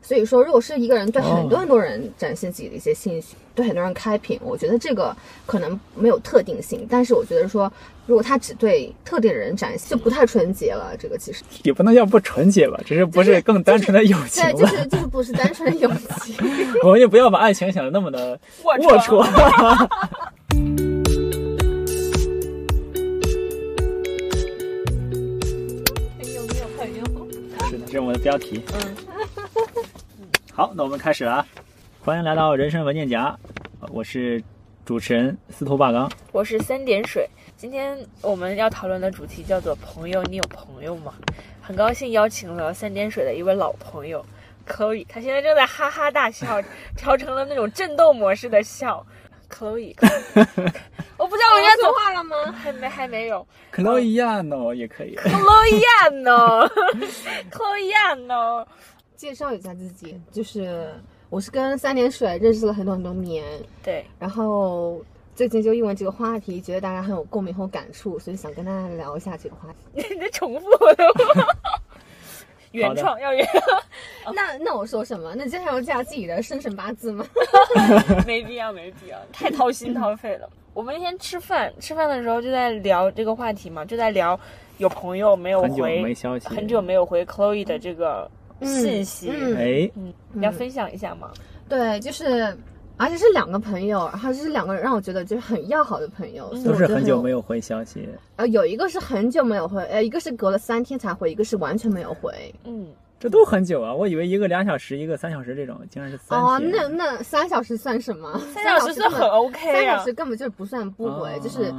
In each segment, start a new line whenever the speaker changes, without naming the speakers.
所以说，如果是一个人对很多很多人展现自己的一些兴趣，对很多人开屏，我觉得这个可能没有特定性。但是我觉得说，如果他只对特定的人展现，就不太纯洁了。这个其实
也不能叫不纯洁吧，只是不是更单纯的友情
对，就
吧。
是就是不是单纯的友情。
我们就不要把爱情想的那么的
龌龊
龌龊。
哎有没有朋友？
是的，这是我们的标题。嗯， 好，那我们开始了啊！欢迎来到人生文件夹，呃我是主持人司徒霸刚。
我是三点水。今天我们要讨论的主题叫做“朋友，你有朋友吗？”很高兴邀请了三点水的一位老朋友 Chloe，他现在正在哈哈大笑，调成了那种震动模式的笑。Chloe，我 不知道我应该怎么
话了吗？
还没还没有
克洛伊亚诺哦也可以。
Chloe 呢？Chloe 哦呢？
介绍一下自己，就是我是跟三点水认识了很多很多年，
对，
然后最近就因为这个话题，觉得大家很有共鸣、很有感触，所以想跟大家聊一下这个话题。
你在重复我的话。原创要原
那那我说什么？那介绍一下自己的生辰八字吗？
没必要，没必要，太掏心掏肺了。我们那天吃饭，吃饭的时候就在聊这个话题嘛，就在聊有朋友没有
很久
回，
没消息，
很久没有回 Chloe 的这个信息，
嗯嗯
哎，
嗯你要分享一下吗？
对，就是，而且是两个朋友，然后这是两个人让我觉得就是很要好的朋友，所
嗯
以
都
我
是
觉得
很久没
有。
有回消息。
呃，有一个是很久没有回，呃，一个是隔了三天才回，一个是完全没有回。
嗯，
这都很久啊！我以为一个两小时，一个三小时这种，竟然是三
哦，
天
那那三小时算什么？
三小时算
根
很
本
OK
三
啊
小时根本就不算不回，
哦
就是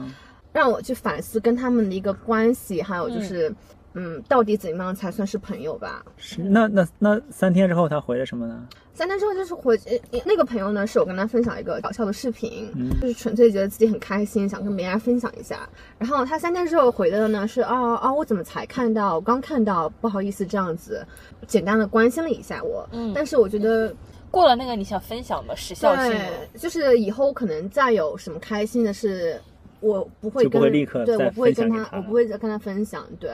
让我去反思跟他们的一个关系，还有就是，嗯到底怎么样才算是朋友吧？
是那那那三天之后他回了什么呢？
三天之后就是回呃那个朋友呢，是我跟他分享一个搞笑的视频，
嗯
就是纯粹觉得自己很开心，想跟别人分享一下。然后他三天之后回的呢是啊啊，我怎么才看到？我刚看到，不好意思这样子，简单的关心了一下我。
嗯
但是我觉得
过了那个你想分享的时效性了，
对，就是以后可能再有什么开心的事，我不会
就不
跟
会立刻
对
再
我不会
分
跟
享给他
我
了
不会再跟他嗯分享，对，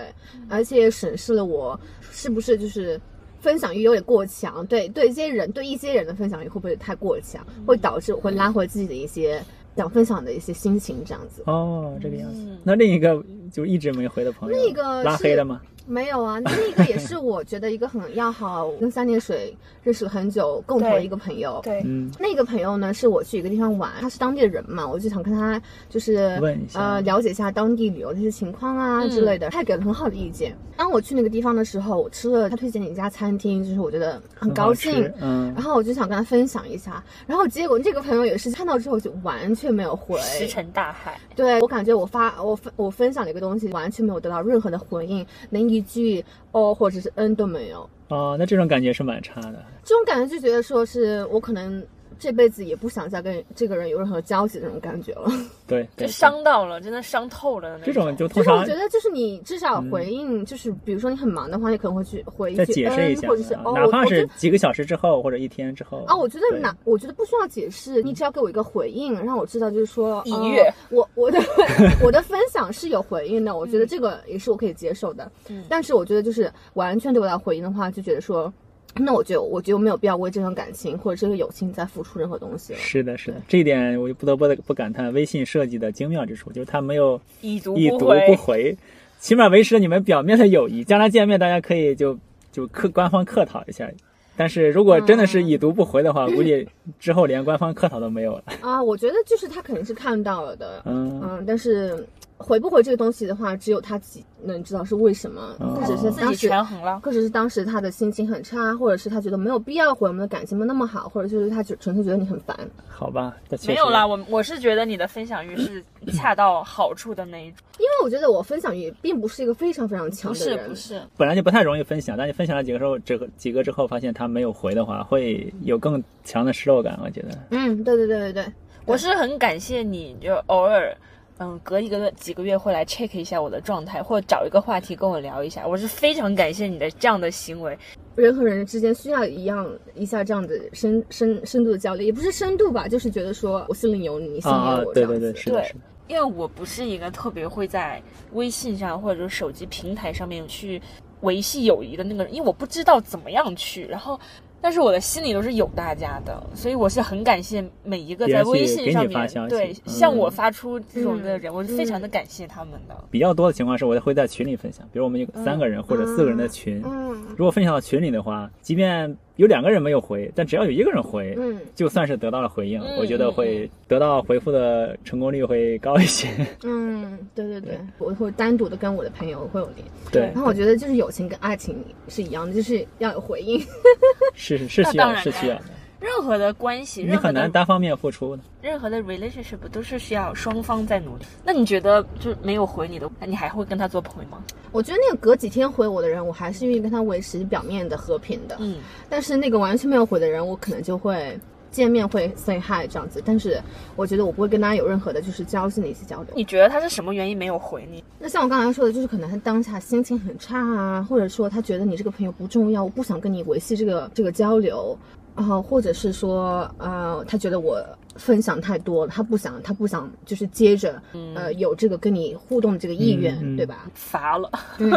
而且也审视了我是不是就是。分享欲有点过强，对对，一些人对一些人的分享欲会不会太过强，会导致我会拉回自己的一些想分享的一些心情，这样子。
哦，这个样
嗯
子。那另一个就一直没回的朋友，
另一个
拉
是
黑了吗？
没有啊，那个也是我觉得一个很要好，跟三点水认识了很久，共同的
对
一个朋友。
对
嗯，
那个朋友呢，是我去一个地方玩，他是当地人嘛，我就想跟他就是
问一下
呃，了解一下当地旅游的一些情况啊
嗯
之类的。他也给了很好的意见。当我去那个地方的时候，我吃了他推荐的一家餐厅，就是我觉得很高兴。
好吃嗯
然，后我就想跟他分享一下，然后结果这个朋友也是看到之后就完全没有回，
石沉大海，
对我感觉我发我分我分享了一个东西，完全没有得到任何的回应，连一句哦或者是嗯都没有。
哦，那这种感觉是蛮差的。
这种感觉就觉得说是我可能这辈子也不想再跟这个人有任何交集的那种感觉了。
对，对
就伤到了，真的伤透了的那
这种就
就
通
是我
常
觉得就是你至少回应，就是比如说你很忙的话，你可能会去回一
再
句
解释一
嗯，
下
或者是
啊
哦，
哪
我
怕
我觉
是
得。
几个小时之后或者一天之后
啊，我觉得
对
哪，我觉得不需要解释，你只要给我一个回应，让我知道就是说，
已
嗯
阅
我我的 我的分享是有回应的，我觉得这个也是我可以接受的。
嗯
但是我觉得就是完全得不到回应的话，就觉得说，那我就我就没有必要为这段感情或者这个友情再付出任何东西了。
是的，是的，这一点我就不得不不感叹微信设计的精妙之处，就是它没有
已读
已
不
读不
回，
回，起码维持了你们表面的友谊。将来见面，大家可以就就客官方客套一下。但是如果真的是已读不回的话，估计之后连官方客套都没有了。
啊，我觉得就是他肯定是看到了的，
嗯，
嗯，但是回不回这个东西的话，只有他自己能知道是为什么，
哦
或者是
嗯自
当
己
时，
权衡了。
或者是当时他的心情很差，或者是他觉得没有必要回，我们的感情没那么好，或者就是他只纯粹觉得你很烦。
好吧，这确实
没有啦，我我是觉得你的分享欲是恰到好处的那一种，
因为我觉得我分享欲并不是一个非常非常强
不
的
是
人，
不是，
本来就不太容易分享，但你分享了几个之后，这个几个之后发现他没有回的话，会有更强的失落感。我觉得，
嗯，对对对对对，
我是很感谢你，就偶尔，嗯，隔一个月几个月会来 check 一下我的状态，或者找一个话题跟我聊一下。我是非常感谢你的这样的行为，
人和人之间需要一样一下这样的深深深度的交流，也不是深度吧，就是觉得说我心里有你，你心里
啊
有我这
对
样
对
子。
对，是的，
对
是的，
因为我不是一个特别会在微信上或者说手机平台上面去维系友谊的那个人，因为我不知道怎么样去。然后但是我的心里都是有大家的，所以我是很感谢每一个在
别人去
微信上
给你发
面
消息
对
嗯
向我发出这种的人，我是
嗯
非常的感谢他们的。
比较多的情况是，我会在群里分享，比如我们有三个人或者四个人的群，
嗯
如果分享到群里的话，即便有两个人没有回，但只要有一个人回，
嗯，
就算是得到了回应，
嗯
我觉得会得到回复的成功率会高 一些。
嗯，对对对，我会单独的跟我的朋友会有联系。
对
然，后我觉得就是友情跟爱情是一样的，就是要有回应。
是是是需
那当
要
然
是需要的，
任何的关系，
你
任何
很
的
难单方面付出的。
任何的 relationship 都是需要双方在努力。那你觉得就是没有回你的，那你还会跟他做朋友吗？
我觉得那个隔几天回我的人，我还是愿意跟他维持表面的和平的。
嗯，
但是那个完全没有回的人，我可能就会见面会 say hi 这样子，但是我觉得我不会跟他有任何的就是交心的一些交流。
你觉得他是什么原因没有回你？
那像我刚才说的，就是可能他当下心情很差啊，或者说他觉得你这个朋友不重要，我不想跟你维系这个这个交流。然后，或者是说，呃，他觉得我分享太多了，他不想，他不想，就是接着，呃，有这个跟你互动的这个意愿，
嗯嗯
对吧？
乏了，
嗯。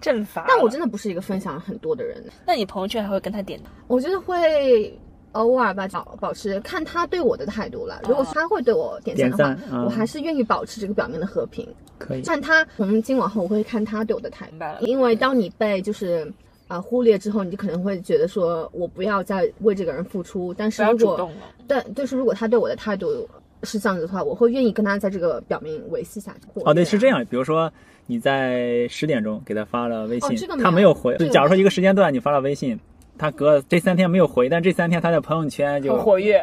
真乏了。
但我真的不是一个分享很多的人，
那你朋友圈还会跟他点
我觉得会偶尔吧，保保持看他对我的态度了。如果他会对我点赞的话，
点赞嗯
我还是愿意保持这个表面的和平。
可以，
但他从今往后，我会看他对我的态度
明，白了？
因为当你被就是啊、呃忽略之后，你就可能会觉得说我不要再为这个人付出。但
不
是
要
如
主
果
动了。
但就是如果他对我的态度是这样子的话，我会愿意跟他在这个表面维系下去。
哦，对，是这
样。
样。比如说你在十点钟给他发了微信，
哦这个没有
他没有回。
这个
就假如说一个时间段你发了微信，他隔这三天没有回，但这三天他在朋友圈就
很活跃，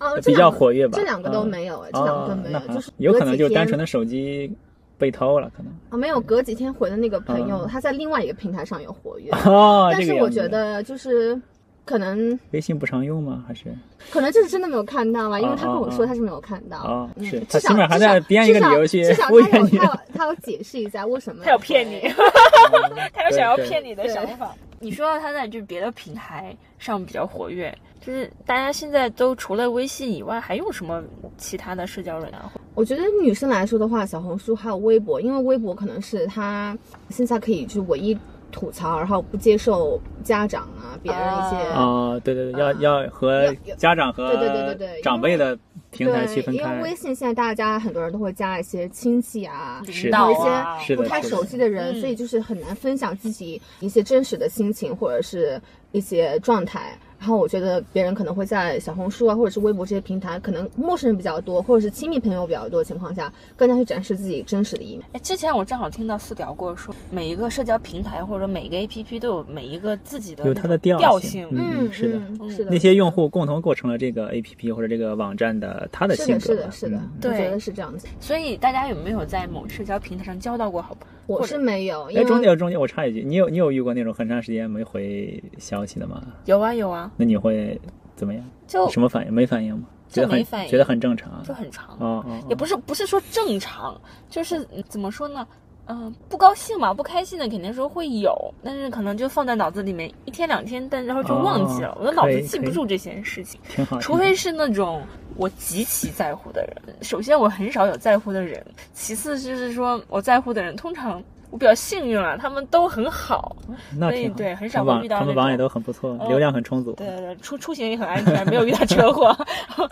哦，这
比较
两个
活跃吧。
这两个都
嗯
没有哎，这两个
哦
都，没
那
有，
还
就是
有可能
隔
就
几天
单纯的手机被偷了，可能。
啊，没有，隔几天回的那个朋友，
嗯
他在另外一个平台上有活跃，
哦，
但
这
是
个
我
样子
觉得就是可能
微信不常用吗？还是
可能就是真的没有看到吧，因为他
哦
跟
哦
我
哦
说他是没有看到，
哦
嗯
是
至
他
少
起码还
至少
在编一个理由去
至少
敷
至少
衍你
他有他有他有解释一下为什么
他有骗你， 他有想要
对对
骗你的
对
想法。你说到他在就别的平台上比较活跃，就是大家现在都除了微信以外，还用什么其他的社交软件啊？
我觉得女生来说的话，小红书还有微博，因为微博可能是她现在可以就唯一吐槽，然后不接受家长啊别人一些。
啊
哦，对对对，要
嗯
要和
要要
家长和
对对对对对
长辈的平台区
对，
分
因为
开
微。信现在大家很多人都会加一些亲戚啊，
是
领
的
导
有
啊
一，
是的
不太熟悉的人，
嗯
所以就是很难分享自己一些真实的心情或者是一些状态。然后我觉得别人可能会在小红书啊，或者是微博这些平台，可能陌生人比较多，或者是亲密朋友比较多的情况下，更加去展示自己真实的一面。
哎，之前我正好听到四聊过说，每一个社交平台或者每一个 APP 都有每一个自己的
有
那
它
种
的调
调
性
性
嗯是的
嗯
嗯
是的，
那些用户共同构成了这个 A P P 或者这个网站的它的
是
性
的，
格
是
吧。
的，是的
嗯，
我觉
对
得是这样子。
所以大家有没有在某社交平台上交到过好朋友？
我
或者
是没有，
哎，
因
中
为
间中间我插一句，你有你有遇过那种很长时间没回消息的吗？
有啊有啊，
那你会怎么样？
哦
就
什么反应？没反应吗？
就
觉得
没
很
反应
觉得很正常啊。
就很长。
哦哦，
也不是不是说正常，就是嗯怎么说呢？嗯、不高兴嘛，不开心的肯定说会有，但是可能就放在脑子里面一天两天，但然后就忘记了，
哦
我的脑
可
子
以
记
可
不
以
住这件事情。
挺好。
除非是那种我极其在乎的人，首先我很少有在乎的人，其次就是说我在乎的人，通常我比较幸运啊，他们都很好，
那
所以
挺好
对很少会
网
遇到
他们
那种
网也都很不错，
哦
嗯
流量很充足。
对对对，出出行也很安全，没有遇到车祸。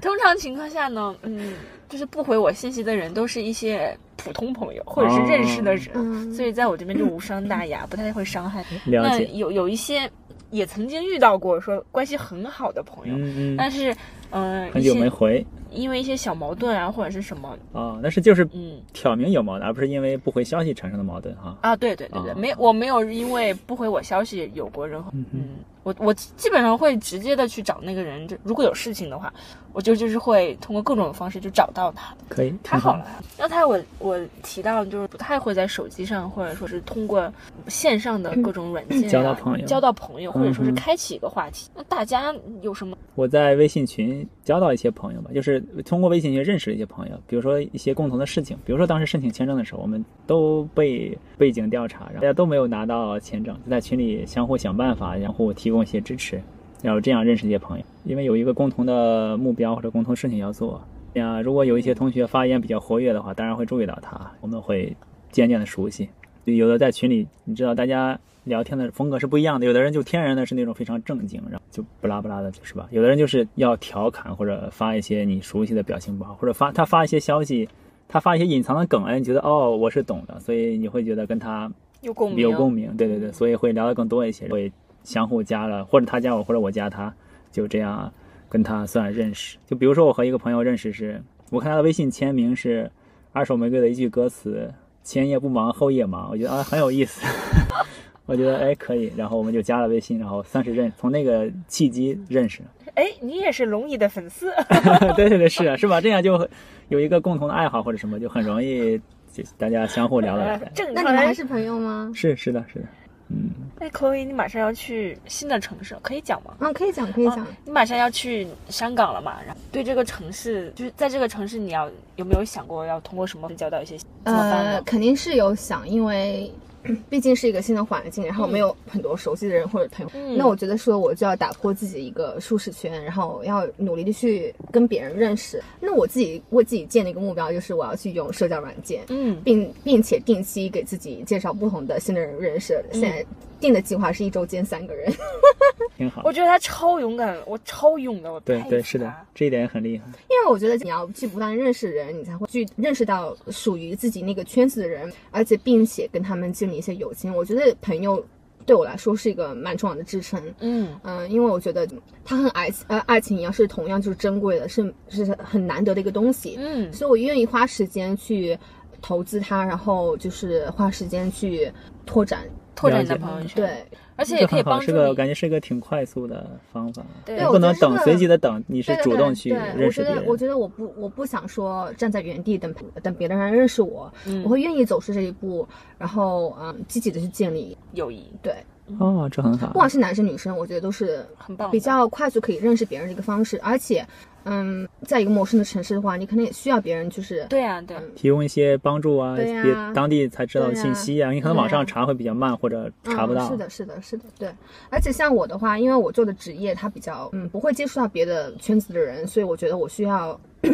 通常情况下呢，嗯，就是不回我信息的人都是一些普通朋友或者是认识的人，
嗯
所以在我这边就无伤大雅，不太会伤害。
哦了
那
解。
有有一些也曾经遇到过说关系很好的朋友，
嗯嗯，
但是嗯、呃
很
一
久没
些
回
因为一些小矛盾啊或者是什么，
哦，那是就是
嗯。
挑明有矛盾，而不是因为不回消息产生的矛盾哈。
啊，对对对对，
啊
没，我没有因为不回我消息有过任何，嗯，我我基本上会直接的去找那个人，就如果有事情的话，我就就是会通过各种方式就找到他，
可以，
太
挺
好了。。刚才我我提到就是不太会在手机上，或者说是通过线上的各种软件、啊、
交到朋友
交到朋友，或者说是
嗯哼
开启一个话题。那大家有什么
我在微信群交到一些朋友吧，就是通过微信群认识了一些朋友，比如说一些共同的事情，比如说当时申请签证的时候，我们都被背景调查，然后大家都没有拿到签证，就在群里相互想办法，然后提供一些支持，然后这样认识一些朋友，因为有一个共同的目标或者共同事情要做。
嗯
呀，如果有一些同学发言比较活跃的话，当然会注意到他，我们会渐渐的熟悉。有的在群里，你知道大家聊天的风格是不一样的，有的人就天然的是那种非常正经，然后就不拉不拉的，是吧？有的人就是要调侃或者发一些你熟悉的表情包，或者发他发一些消息，他发一些隐藏的梗，哎，你觉得哦我是懂的，所以你会觉得跟他
有共鸣，
有共鸣，嗯对对对，所以会聊得更多一些，会相互加了，或者他加我，或者我加他，就这样跟他算认识。就比如说我和一个朋友认识是，我看他的微信签名是《二手玫瑰》的一句歌词“前夜不忙后夜忙”，我觉得啊很有意思， 我觉得哎可以，然后我们就加了微信，然后算是认从那个契机认识。
哎，你也是龙姨的粉丝，
对对对，是啊，是吧？这样就有一个共同的爱好或者什么，就很容易就大家相互聊得来。
正
那
常
你们还
人。
是朋友吗？
是是的，是的，嗯。
那 Chloe，你马上要去新的城市，可以讲吗？
啊，可以讲，可以讲。
哦你马上要去香港了嘛？然后对这个城市，就是在这个城市，你要有没有想过要通过什么交到一些怎么办
呃
呢，？
肯定是有想，因为 毕竟是一个新的环境，然后没有很多熟悉的人或者朋友，
嗯
那我觉得说我就要打破自己一个舒适圈，然后要努力的去跟别人认识。那我自己为自己建了一个目标，就是我要去用社交软件。
嗯
并并且定期给自己介绍不同的新的人认识。现
嗯
在定的计划是一周见三个人，
挺好
我。觉得他超勇敢，我超勇的，我
对
佩
对，
服
是的
他，
这一点很厉害。
因为我觉得你要去不断认识人，你才会去认识到属于自己那个圈子的人，而且并且跟他们建立一些友情。我觉得朋友对我来说是一个蛮重要的支撑。
嗯
嗯，因为我觉得它和爱呃爱情一样，是同样就是珍贵的，是是很难得的一个东西。
嗯
所以我愿意花时间去投资它，然后就是花时间去拓展。
拓展你的
了解
朋友圈，，
对，
而且
这
也可以
很好，
帮
是
助
个我
你。
感觉是个挺快速的方法，
对
你
我
不
觉得
能
这
等
个
随机的等，你是
对对
主
对
动去
对
认识别
我觉得，我
人。
觉得我不，我不想说站在原地等等别的人认识我，
嗯
我会愿意走出这一步，然后嗯，积极的去建立。
友谊
对，
哦，这很好
不。管是男生女生，我觉得都是
很棒的，
比较快速可以认识别人的一个方式，而且，嗯，在一个陌生的城市的话，你可能也需要别人，就是
对啊对啊，
提供一些帮助啊，
对呀
别当地才知道的
对呀
信息啊，你可能
对
网上
呀
查会比较慢，或者查不
嗯
到。
是的，是的，是的，对。而且像我的话，因为我做的职业，它比较嗯不会接触到别的圈子的人，所以我觉得我需要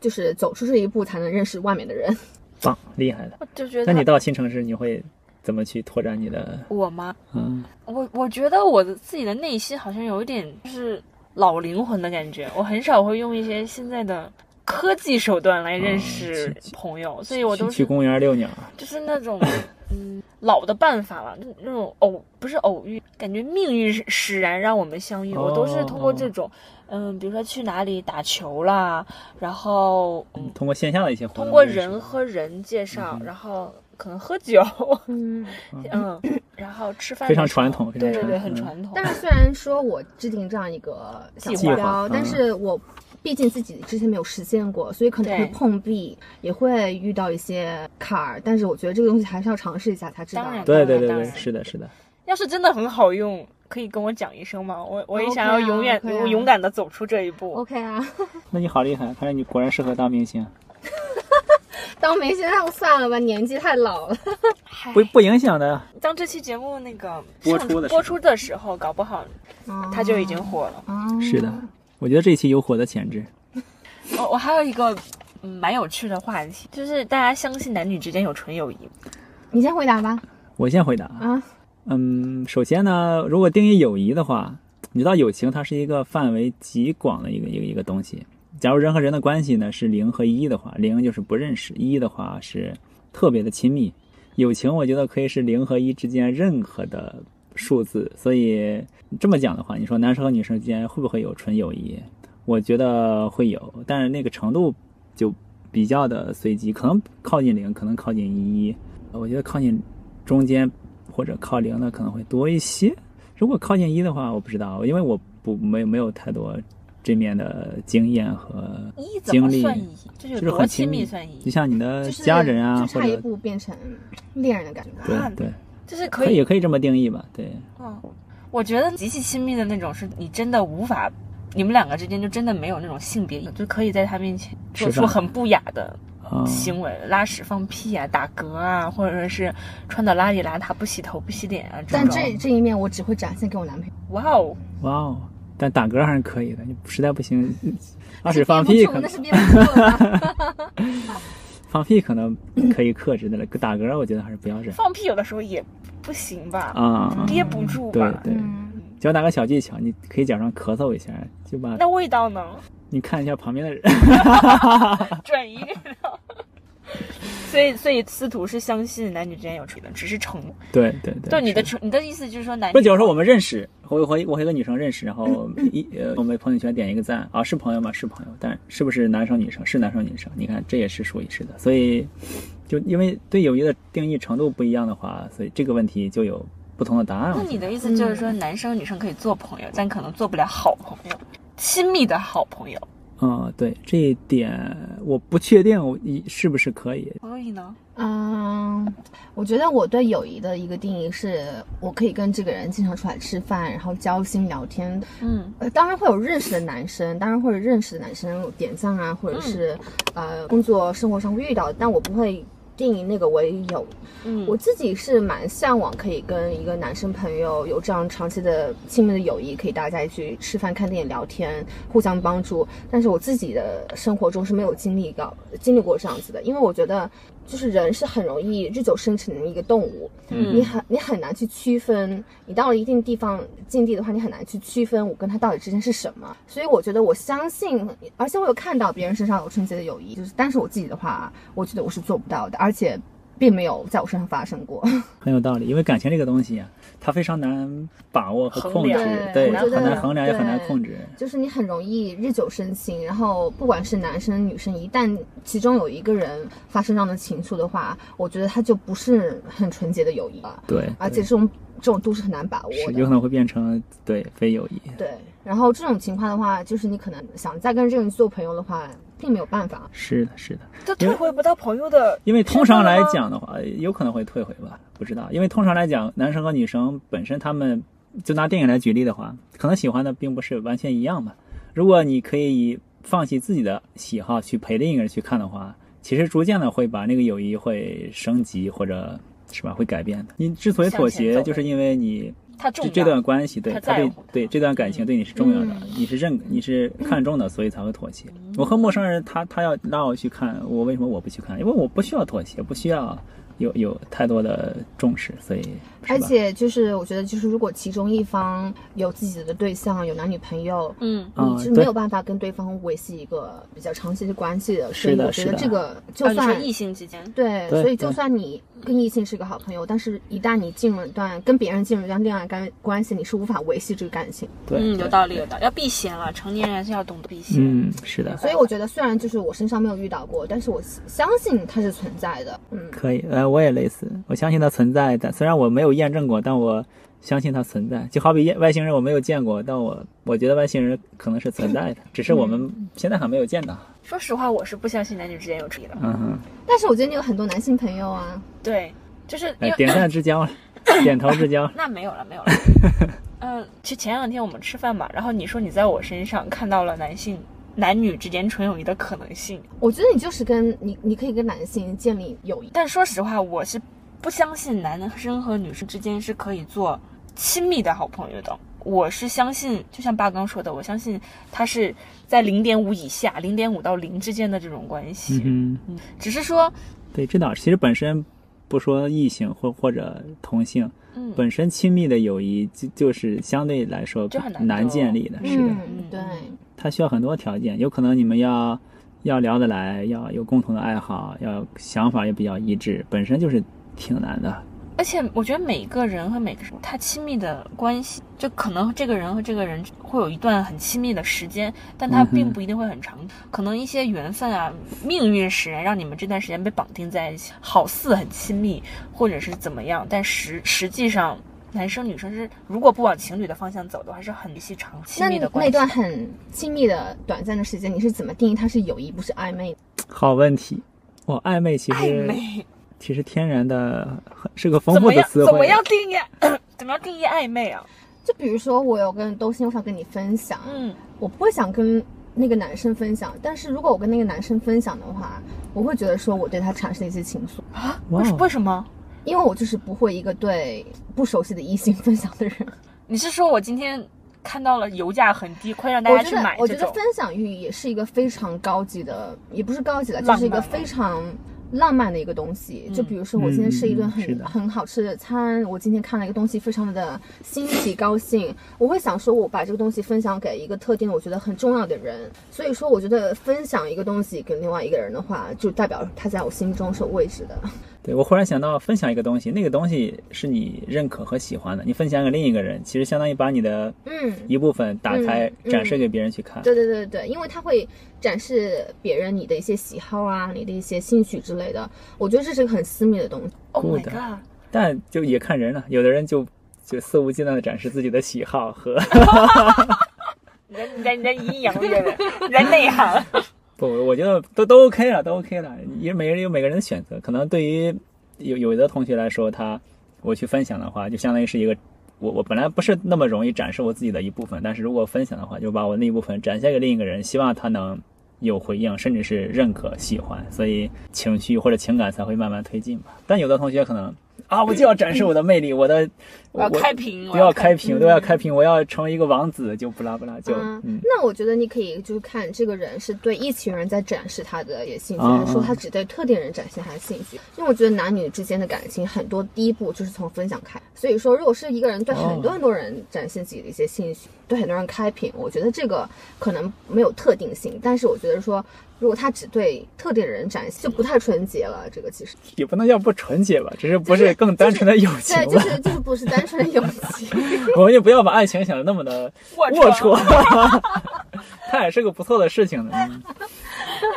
就是走出这一步，才能认识外面的人。
棒，厉害的。
我就觉
那
得
你到新城市，你会怎么去拓展你的？
我吗？
嗯，
我我觉得我的自己的内心好像有一点就是老灵魂的感觉，我很少会用一些现在的科技手段来
嗯
认识
去去
朋友，所以我
去
都
去
是
公园遛鸟，啊
就是那种嗯老的办法了，那那种偶不是偶遇，感觉命运使使然让我们相遇，
哦
我都是通过这种嗯，比如说去哪里打球啦，然后嗯
通过线下的一些活动。
通过人和人
嗯
介绍，然后可能喝酒，
嗯，
嗯，然后吃饭的
非常
时候
传统非常
对对对，
传
很
统嗯
传统，
但是虽然说我制定这样一个小
计
目
划
标，但
嗯
是我毕竟自己之前没有实现过，所以可能会
对
碰壁，也会遇到一些坎儿。但是我觉得这个东西还是要尝试一下才知道
当。然
对对对
当
对，
然
是的，是的。
要是真的很好用，可以跟我讲一声吗？我我也
OK 啊
想要永远、
OK 啊
我勇敢的走出这一步。
OK 啊，
那你好厉害，看来你果然适合当明星。啊
当没现在算了吧，年纪太老了。
嗨
不不影响的，啊
当这期节目那个
播
上
出的时候
播出的时候，搞不好他就已经火了。
哦
是的。我觉得这一期有火的潜质。
哦我、我还有一个嗯蛮有趣的话题，就是大家相信男女之间有纯友谊吗，
你先回答吧。
我先回答啊
啊，
嗯，首先呢，如果定义友谊的话，你知道友情它是一个范围极广的一个一个一个东西。假如人和人的关系呢是零和一的话，零就是不认识，一的话是特别的亲密。友情我觉得可以是零和一之间任何的数字，所以这么讲的话，你说男生和女生之间会不会有纯友谊？我觉得会有，但是那个程度就比较的随机，可能靠近零，可能靠近一。我觉得靠近中间或者靠零的可能会多一些。如果靠近一的话，我不知道，因为我不没有没有太多这面的经验和
一怎
经
么
历，
算一？
就
就是有
是
多
很
亲
亲
密算一
就？像你的
就是
家人
就
啊，或
差一
者
步变成恋人的感觉。
对对，
就是可
可
以
以可以这么定义吧？对，
嗯，我觉得极其亲密的那种，是你真的无法，你们两个之间就真的没有那种性别，就可以在他面前做
吃
出
饭
很不雅的
啊、
行为，拉屎放屁啊、打嗝啊，或者说是穿的邋里邋遢、不洗头、不洗脸啊
但
种。
这
嗯
这一面我只会展现给我男朋友。
哇哦，
哇哦！但打嗝还是可以的，你实在不行，拉
那
屎放屁可
那
能
是憋不住了。
放屁可能可以克制的了，打嗝我觉得还是不要忍
放屁有的时候也不行吧，
啊。
憋不住
对
吧。
对，
嗯，
教大家个小技巧，你可以假装咳嗽一下，就把
那味道呢？
你看一下旁边的人，
转移 味道。所以，所以司徒是相信男女之间有纯的，只是成
对对对。
就你的
是
纯，你的意思就是说男女
不，假如说我们认识，我和我和一个女生认识，然后一呃，我们朋友圈点一个赞啊，是朋友吗？是朋友，但是不是男生女生？是男生女生，你看这也是属于是的，所以就因为对友谊的定义程度不一样的话，所以这个问题就有不同的答案。
那
我觉
你的意思就是说男生女生可以做朋友，但可能做不了好朋友，亲密的好朋友。
得嗯，对这一点我不确定我一是不是可以，
所以呢，
嗯，我觉得我对友谊的一个定义是，我可以跟这个人经常出来吃饭，然后交心聊天。
嗯，
呃，当然会有认识的男生，呃当然会有认识的男生点赞啊，或者是、呃工作生活上会遇到的，但我不会定义那个为友谊。
嗯
我自己是蛮向往可以跟一个男生朋友有这样长期的亲密的友谊，可以大家一起吃饭、看电影、聊天，互相帮助。但是我自己的生活中是没有经历到经历过这样子的，因为我觉得就是人是很容易日久生情的一个动物，
嗯
你很你很难去区分，你到了一定地方境地的话，你很难去区分我跟他到底之间是什么。所以我觉得我相信，而且我有看到别人身上有纯洁的友谊，就是但是我自己的话，我觉得我是做不到的，而且。并没有在我身上发生过，
很有道理，因为感情这个东西啊，它非常难把握和控制
衡
量，
对，
对我觉得
很难衡量也很难
对
控制。
就是你很容易日久生情，然后不管是男生女生，一旦其中有一个人发生这样的情愫的话，我觉得他就不是很纯洁的友谊了，
对，
而且
对
这种这种度是很难把握
是有可
哎的。
能会变成对非友谊。
对，然后这种情况的话，就是你可能想再跟这个人做朋友的话，并没有办法。
是的，是的。
就退回不到朋友的，
因为通常来讲的话，呃有可能会退回吧，不知道。因为通常来讲，男生和女生本身他们就拿电影来举例的话，可能喜欢的并不是完全一样吧。如果你可以放弃自己的喜好去陪另一个人去看的话，其实逐渐的会把那个友谊会升级或者是吧会改变的。你之所以妥
向前走
协，就是因为你
他重
这
要
这段关系对
他
他
在
对
乎他嗯
对这段感情对你是重要的，你是认你是看重的，所以才会妥协。我和陌生人他他要拉我去看，我为什么我不去看？因为我不需要妥协，不需要有有太多的重视，所以是
哎
而
吧
且就是我觉得，就是如果其中一方有自己的对象，有男女朋友，
嗯，
啊
你是
对
没有办法跟对方维系一个比较长期的关系的。所以
是的
我觉得
是的
这个就
啊你说
算
异性之间，
对，
对
所以就
对
算你跟异性是个好朋友，但是一旦你进入一段跟别人进入一段恋爱关关系，你是无法维系这个感情。
对，
嗯，
对
有道理，有道理，要避嫌了，成年人还是要懂得避嫌。
嗯，是的，
所以我觉得，虽然就是我身上没有遇到过，但是我相信它是存在的。嗯，
可以，呃，我也类似，我相信它存在的，虽然我没有验证过，但我相信它存在。就好比外星人，我没有见过，但我我觉得外星人可能是存在的，只是我们
嗯
现在还没有见到。
说实话，我是不相信男女之间有纯洁的。
嗯哼，
但是我觉得你有很多男性朋友啊，
对，就是因
哎
为，
点赞之 交了，点头之交。
那没有了，没有 了。嗯，其实前两天我们吃饭嘛，然后你说你在我身上看到了男性、男女之间纯友谊的可能性，
我觉得你就是跟你，你可以跟男性建立友谊。
但说实话，我是不相信男生和女生之间是可以做亲密的好朋友的。我是相信，就像爸刚说的，我相信他是在零点五以下，零点五到零之间的这种关系。
嗯哼。
只是说，
对，这倒是。其实本身不说异性或或者同性，
嗯，
本身亲密的友谊就就是相对来说
就很难
难建
得
立的，是的，
嗯，对，
它需要很多条件，有可能你们要要聊得来，要有共同的爱好，要想法也比较一致，本身就是挺难的。
而且我觉得每个人和每个人他亲密的关系，就可能这个人和这个人会有一段很亲密的时间，但他
嗯哼
并不一定会很长。可能一些缘分啊，命运使然，让你们这段时间被绑定在一起，好似很亲密，或者是怎么样，但实实际上，男生女生是如果不往情侣的方向走的话，是很细长亲
那
密的关系。
那段很亲密的短暂的时间，你是怎么定义它是友谊，不是暧昧的？
好问题，哇，暧昧其
暧
实
昧
其实天然的很是个丰
怎
富
么
的啊
样？
词
怎么
汇，
样定义？ 怎么样定义暧昧啊？
就比如说，我有个东西我想跟你分享，
嗯，
我不会想跟那个男生分享，但是如果我跟那个男生分享的话，我会觉得说我对他产生了一些情愫，
哇哦
为什为什么？
因为我就是不会一个对不熟悉的异性分享的人。
你是说我今天看到了油价很低，快让大
我
家
觉
去
得
买
我
这
觉得
种
分享欲也是一个非常高级的，也不是高级的，就
浪漫嗯
是一个
吗
非常浪漫的一个东西。就比如说我今天吃一顿
嗯嗯嗯是
很
的
很好吃的餐，我今天看了一个东西，非常的新奇高兴，我会想说，我把这个东西分享给一个特定的我觉得很重要的人。所以说，我觉得分享一个东西给另外一个人的话，就代表他在我心中是有位置的。
对我忽然想到分享一个东西，那个东西是你认可和喜欢的，你分享给另一个人，其实相当于把你的
嗯，
一部分打开、
嗯嗯
展示给别人去看。
对对对对，因为它会展示别人你的一些喜好啊，你的一些兴趣之类的。我觉得这是个很私密的东西。
Oh my
Good
god！
但就也看人了，有的人就就肆无忌惮的展示自己的喜好和
你在你在你在阴阳着呢，你在内涵。
不，我觉得都都 OK 了，都 OK 了。也每个人有每个人的选择，可能对于有有的同学来说，他我去分享的话，就相当于是一个我我本来不是那么容易展示我自己的一部分，但是如果分享的话，就把我那一部分展现给另一个人，希望他能有回应，甚至是认可、喜欢，所以情绪或者情感才会慢慢推进吧。但有的同学可能啊，我就要展示我的魅力，我的
我要开屏，
都要开
屏。
屏，都要开屏，我要成为一个王子，就不拉不拉就
啊
嗯。
那我觉得你可以就是看这个人是对一群人在展示他的也兴趣，
啊
还是说他只对特定人展现他的兴趣？因为我觉得男女之间的感情很多第一步就是从分享开，所以说如果是一个人对
哦
很多很多人展现自己的一些兴趣，对很多人开屏，我觉得这个可能没有特定性，但是我觉得说如果他只对特定人展现，就不太纯洁了。这个其实
也不能叫不纯洁吧，只是
就
不
是
是更单纯的友情
对，就
吧。
是就是不是单纯的友情。
我们就不要把爱情想的那么的
龌
龌
龊，
龊， 它也是个不错的事情的。嗯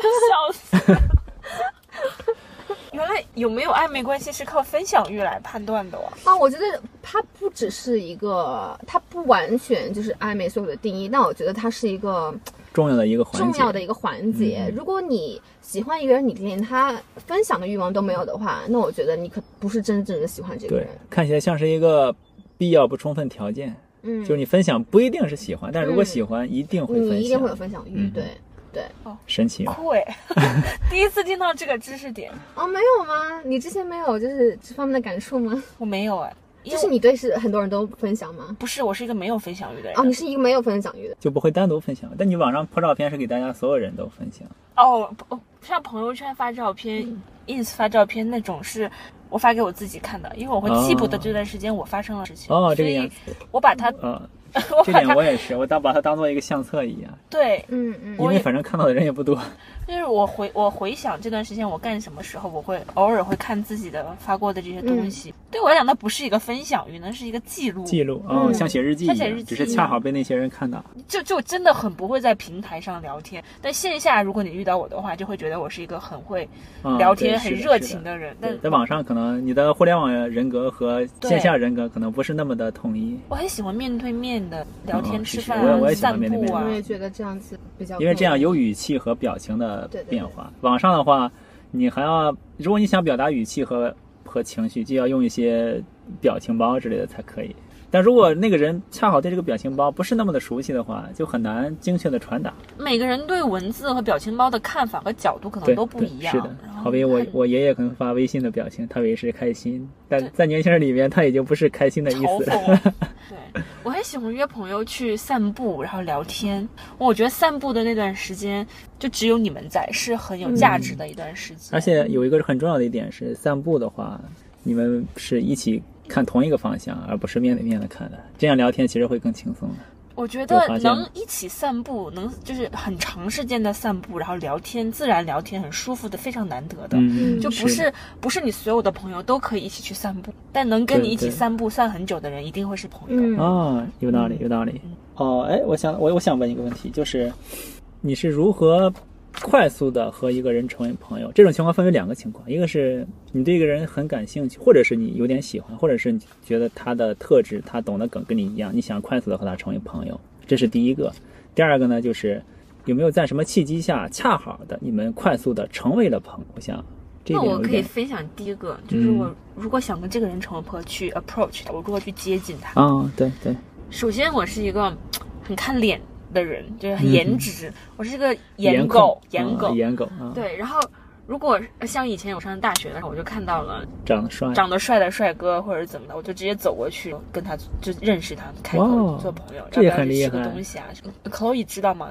笑死。 原来有没有暧昧关系是靠分享欲来判断的哦。
啊，我觉得它不只是一个，它不完全就是暧昧所有的定义，但我觉得它是一个
重要的一个环
重
节，
要的一个环节。
嗯
如果你喜欢一个人，你连他分享的欲望都没有的话，那我觉得你可不是真正的喜欢这个
对
人。，
看起来像是一个必要不充分条件，
嗯，
就是你分享不一定是喜欢，但如果
嗯
喜欢，一定会
你
分
一定会有
享。
分享欲，
嗯
对对。
神奇哦，
酷哎，第一次听到这个知识点，
哦，没有吗？你之前没有就是这方面的感触吗？
我没有哎，因
就
为
是你对是很多人都分享吗？
不是我是一个没有分享欲的人
哦，。你是一个没有分享欲的。
就不会单独分享。但你网上拍照片是给大家所有人都分享，
哦，不像朋友圈发照片、i n s 发照片那种是。我发给我自己看的，因为我会记不得这段时间我发生了事情，
哦这
所
个
以
样子
我把它，
呃，
我
这
把
点
它
我也是，我当把它当做一个相册一样，
对，
嗯嗯
因
我
为
也
反正看到的人也不多。
就是我回我回想这段时间我干什么时候，我会偶尔会看自己的发过的这些东西。对我来讲，那不是一个分享欲，那是一个记录。
记录哦，
嗯
像写日记一
像
样，
写日记
只是
一
恰
样
好被那些人看到。
就就真的很不会在平台上聊天，但线下如果你遇到我的话，就会觉得我是一个很会
嗯
聊天、
对
很
是的
热
是
情
的
的人。
对
但
在网上可能你的互联网人格和
对
线下人格可能不是那么的统一，
我很喜欢面对面的聊
嗯
天、
是
吃
是
饭
我也
啊、
我也喜欢
散
面对
步
面
啊
我。也觉得这样子比较，
因为这样有语气和表情的
对对对
变化。网上的话，你还要如果你想表达语气和和情绪，就要用一些表情包之类的才可以。但如果那个人恰好对这个表情包不是那么的熟悉的话，就很难精确的传达。
每个人对文字和表情包的看法和角度可能
对，
啊都不
对
一样。
是的
然，后
好比我
很
我爷爷可能发微信的表情，他以为是开心，但
对
在年轻人里面，他已经不是开心的意
嘲
思了。
讽。对，我很喜欢约朋友去散步，然后聊天。我觉得散步的那段时间，就只有你们在，是很有价值的一段时间。
嗯而且有一个很重要的一点是，散步的话，你们是一起看同一个方向，而不是面对面的看的，这样聊天其实会更轻松的。
我觉
我
得
发现
能
了
一起散步，能就是很长时间的散步，然后聊天，自然聊天，很舒服的，非常难得的。
嗯
就不是不是你所有的朋友都可以一起去散步，但能跟
对
你一起
对
散步散很久的人，一定会是朋友。
嗯
啊、有道
嗯
理，有道理。哦，哎，我想我我想问一个问题，就是你是如何快速的和一个人成为朋友？这种情况分为两个情况，一个是你对一个人很感兴趣，或者是你有点喜欢，或者是你觉得他的特质、他懂的梗跟你一样，你想快速的和他成为朋友，这是第一个。第二个呢，就是有没有在什么契机下恰好的你们快速的成为了朋友？我想这一
那
点
我
有一
可以
点
分享第一个，就是
嗯
我如果想跟这个人成为朋友，去 approach 他，我如何去接近他。
啊、对对，
首先，我是一个很看脸的人，就是很
嗯
颜值，我是一个
颜
狗，
颜
颜狗。
颜狗啊，
对，然后如果像以前我上大学的时候，我就看到了
长得帅，
长得帅的帅哥或者怎么的，我就直接走过去跟他就认识他，开口
哇哦
做朋友，
这
要
也
不要
很
去
厉
吃个
害
东西啊什么的？Chloe 知道吗？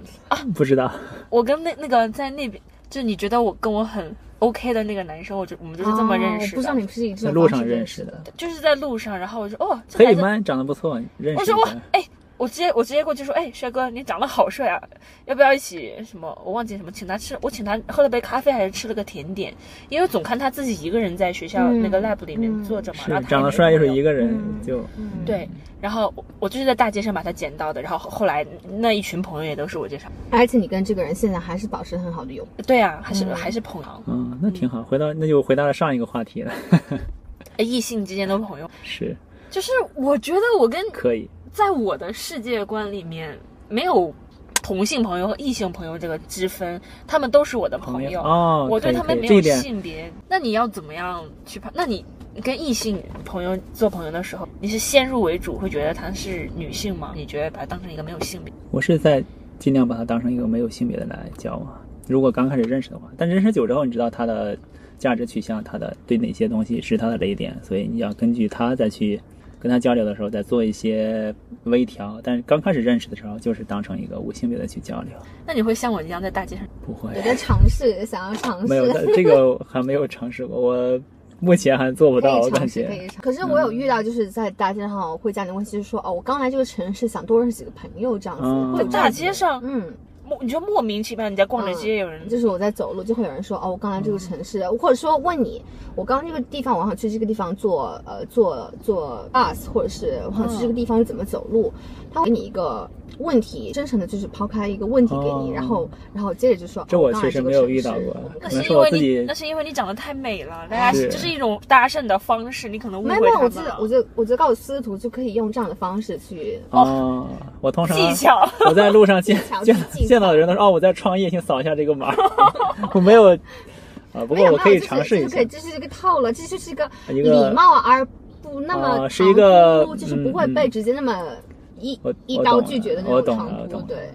不知道。
我跟那那个在那边，就你觉得我跟我很 OK 的那个男生，我就我们就是这么认识
哦
的，
不知道你们是以这
在
种
路
方
上
式
认识
识
的。
就是在路上，然后我就哦，这
可
孩
以
子
吗？长得不错，认识
我
一
说我
下。
哎，我直接我直接过去说，哎，帅哥，你长得好帅啊，要不要一起什么？我忘记什么，请他吃，我请他喝了杯咖啡还是吃了个甜点，因为总看他自己一个人在学校
嗯
那个 lab 里面
嗯
坐着嘛，然
是
后他也
长得
没
帅又
朋
是
友
一个人
嗯
就
嗯
对，然后我我就是在大街上把他捡到的，然后后后来那一群朋友也都是我介绍，
而且你跟这个人现在还是保持很好的友
对啊，还是、
嗯
还是朋友，
嗯，那挺好。回到那就回到了上一个话题了，
哎异性之间的朋友，
是
就是我觉得我跟
可以。
在我的世界观里面没有同性朋友和异性朋友这个之分，他们都是我的朋友。
哦，
我对
可以
他们
可以
没
这一
有
点
性别，那你要怎么样去判？那你跟异性朋友做朋友的时候，你是先入为主，会觉得她是女性吗？你觉得把她当成一个没有性别？
我是在尽量把它当成一个没有性别的来交往。如果刚开始认识的话，但认识久之后，你知道他的价值取向，他的对哪些东西是他的雷点，所以你要根据他再去跟他交流的时候再做一些微调。但是刚开始认识的时候，就是当成一个无性别的去交流，
那你会像我一样在大街上？
不会
有在尝试，想要尝试，
没有的这个还没有尝试过，我目前还做不
可
到，
以
我
尝
感
试，可
觉
以尝试。可是我有遇到，就是在大街上会这样的问题，就是说哦，我刚来这个城市，想多认识几个朋友这样子，
嗯
会
在
有这样
大
子
街，上，
嗯，
莫你就莫名其妙你在逛着街，有人
嗯
就是我在走路，就会有人说哦，我刚来这个城市，或者说问你，我刚这个地方，我想去这个地方坐呃坐坐 bus，或者是我想去这个地方怎么走路，他会给你一个问题，真诚的就是抛开一个问题给你，
哦
然后然后接着就说，
这
哦
我
刚
确
来
实
这个
没有
城
遇到
市
过
我们
那
刚
可能
是
是
因
我
为
自己
你，那是因为你长得太美了，大家
是
这是一种搭讪的方式，你可能误
没有
会
没有，
他
我
们
觉得
了
我觉得我觉得告诉司徒就可以用这样的方式去
哦，我通常
技巧。
我在路上见
技巧
见
技巧
见到的人都说哦，我在创业，请扫一下这 个码。我没有，啊、不
没
过
有
我可
没有，就是
以尝试一
就是
下啊
可以，。这是一个套了，这就是一个
一个
礼貌而不那么
啊是一个
唐突就是不会
嗯嗯
被直接那么一
我
一
我
刀
懂了
拒绝的
我
那种
懂了我
唐
懂
突，
了
对。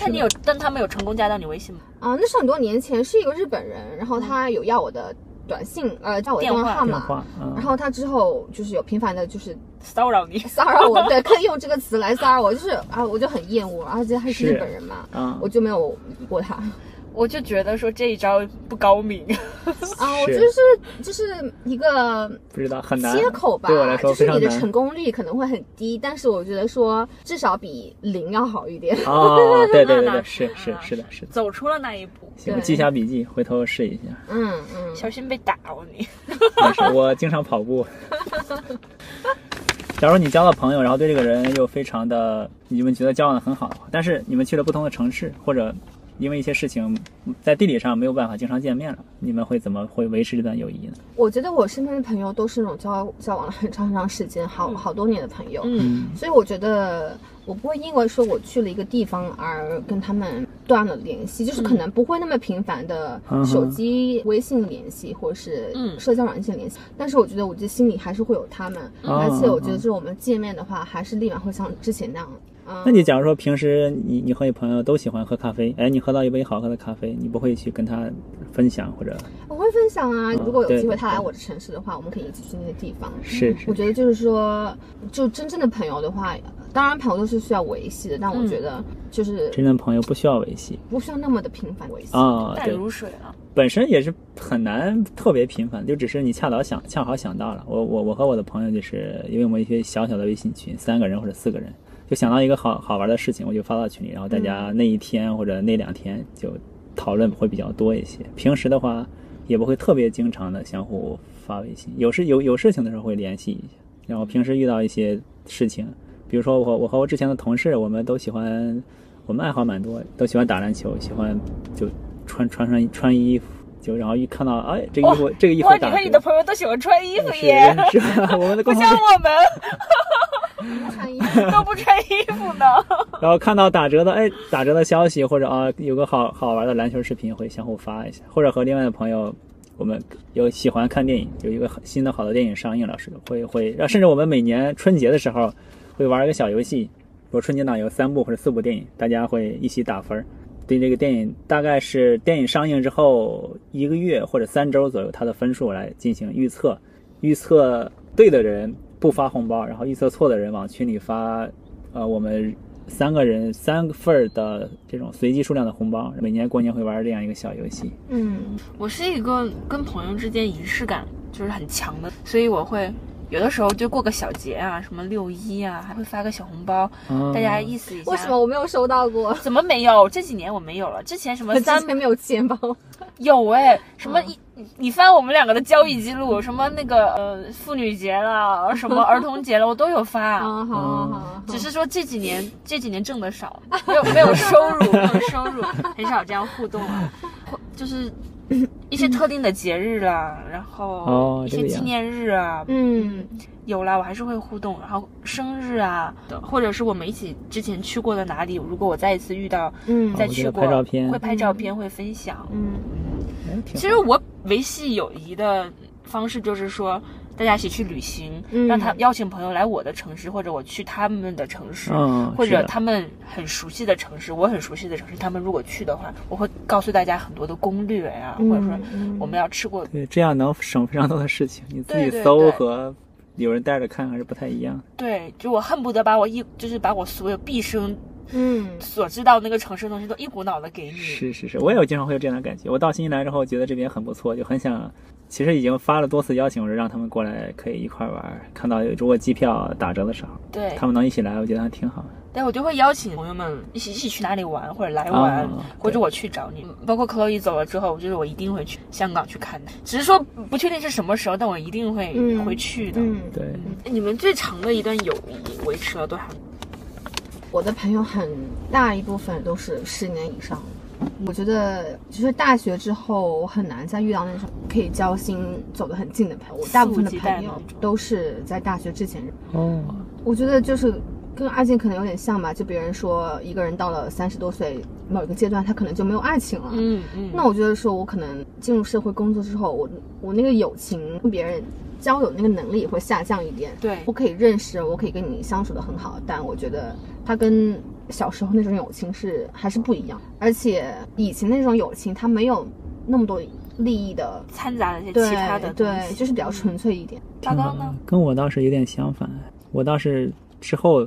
那
是
你有
的，
但他们有成功加到你微信吗？
啊，那是很多年前，是一个日本人，然后他有要我的短信，呃，要我的
嗯
电
电话
话号
电
码。
话，嗯、
然后他之后就是有频繁的，就是
骚扰你？
骚扰我，对，可以用这个词来骚扰我，就是啊，我就很厌恶，而且他是
是
日本人嘛，
啊
我，就没有理过他。
我就觉得说这一招不高明。
啊，我觉
是
得是就是一个
不知道很难
接口吧，
对我来说
就
非
是
常
你的
难
成功率可能会很低，但是我觉得说至少比零要好一 点。
哦，对 对对
那
对，
倒
是是
那倒
是的，是的。
走出了那一步，
行，我
对
记下笔记，回头试一下。
嗯嗯，
小心被打哦你。
没事，我经常跑步。假如你交了朋友，然后对这个人又非常的，你们觉得交往的很好的话，但是你们去了不同的城市，或者因为一些事情在地理上没有办法经常见面了，你们会怎么会维持这段友谊呢？
我觉得我身边的朋友都是那种交交往了很长很长时间，好好多年的朋友，
嗯，
所以我觉得我不会因为说我去了一个地方而跟他们断了联系，就是可能不会那么频繁的
嗯哼
手机、微信联系或者是
嗯
社交软件联系，但是我觉得我这心里还是会有他们，
哦
而且我觉得就是我们见面的话，还是立马会像之前那样。嗯
那你假如说平时你你和你朋友都喜欢喝咖啡，哎，你喝到一杯好喝的咖啡，你不会去跟他分享或者
嗯我会分享啊，
嗯
如果有
对
机会
对
他来
对
我的城市的话，我们可以一起去那些地方。
是是
我觉得就是说，就真正的朋友的话，当然朋友都是需要维系的，但我
嗯
觉得就是
真正朋友不需要维系
不需要那么的频繁维系。
嗯啊、
淡
对，
如水啊。
本身也是很难特别频繁，就只是你恰巧想恰好想到了。我我我和我的朋友就是因为我们一些小小的微信群，三个人或者四个人，就想到一个好好玩的事情，我就发到群里，然后大家那一天或者那两天就讨论会比较多一些。平时的话也不会特别经常的相互发微信，有事有有事情的时候会联系一下。然后平时遇到一些事情，比如说我我和我之前的同事，我们都喜欢，我们爱好蛮多，都喜欢打篮球，喜欢就穿穿穿穿衣服，就然后一看到哎这个衣服、这个衣服
哇，你
打
和
折
你的朋友都喜欢穿衣服
是
耶，
是吧？我们的
不
共同
像
点。
我们
穿衣服
都不穿衣服呢。
然后看到打折的哎打折的消息，或者啊有个好好玩的篮球视频，会相互发一下，或者和另外的朋友。我们有喜欢看电影，有一个很新的好的电影上映了，是会会，然后甚至我们每年春节的时候会玩一个小游戏，比如春节档有三部或者四部电影，大家会一起打分儿，对这个电影大概是电影上映之后一个月或者三周左右它的分数来进行预测，预测对的人不发红包，然后预测错的人往群里发，呃，我们三个人三份儿的这种随机数量的红包，每年过年会玩这样一个小游戏。
嗯，
我是一个跟朋友之间仪式感就是很强的，所以我会有的时候就过个小节啊，什么六一啊，还会发个小红包，
啊
大家意思一下。
为什么？我没有收到过？
怎么没有？这几年我没有了。之前什么
我
三
之前没有钱 包，
有哎、什么一、你翻我们两个的交易记录，什么那个呃妇女节啦，什么儿童节了，我都有发。
啊，好好好，
只是说这几年这几年挣的少，没有没有收入，没有收入，很少这样互动啊，或就是一些特定的节日啦，然后
哦
一
这
些
个
纪
样
念日啊，
嗯
有啦，我还是会互动，然后生日啊，或者是我们一起之前去过的哪里，如果我再一次遇到
嗯
再
我觉
去
得
过，
拍照片
会拍照片，会分享。
嗯
哎挺好
其实我维系友谊的方式就是说，大家一起去旅行，
嗯
让他邀请朋友来我的城市，或者我去他们的城市，
嗯
或
是
者
的
他们很熟悉的城市，我很熟悉的城市，他们如果去的话，我会告诉大家很多的攻略啊，或者说
嗯
我们要吃过，
对，这样能省非常多的事情。你自
对
己
对
搜
对
和有人带着看还是不太一样。
对，就我恨不得把我一就是把我所有毕生
嗯
所知道那个城市的东西都一股脑的给你，
是是是，我也有经常会有这样的感觉。我到新西兰之后，觉得这边很不错，就很想。其实已经发了多次邀请，我说让他们过来可以一块儿玩儿。看到有如果机票打折的时候，
对
他，们能一起来，我觉得还挺好的。
但我就会邀请朋友们一起一起去哪里玩，或者来玩，
啊
或者
对
我去找你。嗯包括 Chloe 走了之后，就是我一定会去香港去看的，只是说不确定是什么时候，但我一定会
嗯
回去的。
嗯，
对，
嗯你们最长的一段友谊维持了多长？
我的朋友很大一部分都是十年以上的。我觉得，就是大学之后，我很难再遇到那种可以交心、走得很近的朋友。我大部分的
肆无忌惮
朋友
那种
都是在大学之前认识的
哦，
我觉得就是跟爱情可能有点像吧，就别人说一个人到了三十多岁某一个阶段，他可能就没有爱情了。
嗯嗯
那我觉得说，我可能进入社会工作之后，我我那个友情跟别人交友那个能力也会下降一点。
对
我可以认识，我可以跟你相处的很好，但我觉得它跟小时候那种友情是还是不一样，而且以前那种友情它没有那么多利益的，
掺杂了一些
对
其他的东
对，
西，嗯
就是比较纯粹一点。
糟糕
的
呢。
嗯跟我倒是有点相反，我倒是之后，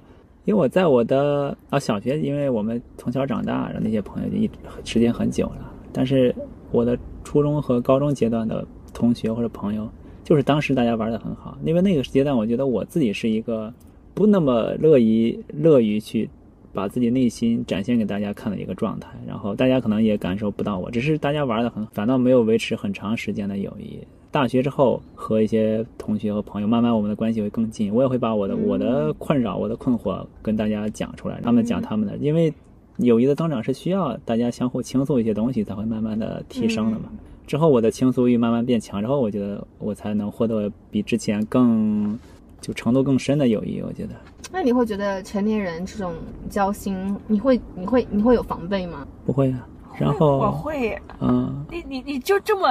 因为我在我的啊小学，因为我们从小长大，然后那些朋友就一直时间很久了。但是我的初中和高中阶段的同学或者朋友，就是当时大家玩的很好，因为那个阶段我觉得我自己是一个不那么乐于乐于去。把自己内心展现给大家看的一个状态，然后大家可能也感受不到我，只是大家玩的很，反倒没有维持很长时间的友谊。大学之后和一些同学和朋友，慢慢我们的关系会更近。我也会把我的、
嗯
我的困扰、我的困惑跟大家讲出来，让他们讲他们的，因为友谊的增长是需要大家相互倾诉一些东西，才会慢慢的提升的嘛。之后我的倾诉欲慢慢变强，之后我觉得我才能获得比之前更就程度更深的友谊。我觉得
那你会觉得成年人这种交心，你会你会你会有防备吗？
不会啊。然
我
后，
会，
嗯
你你你就这么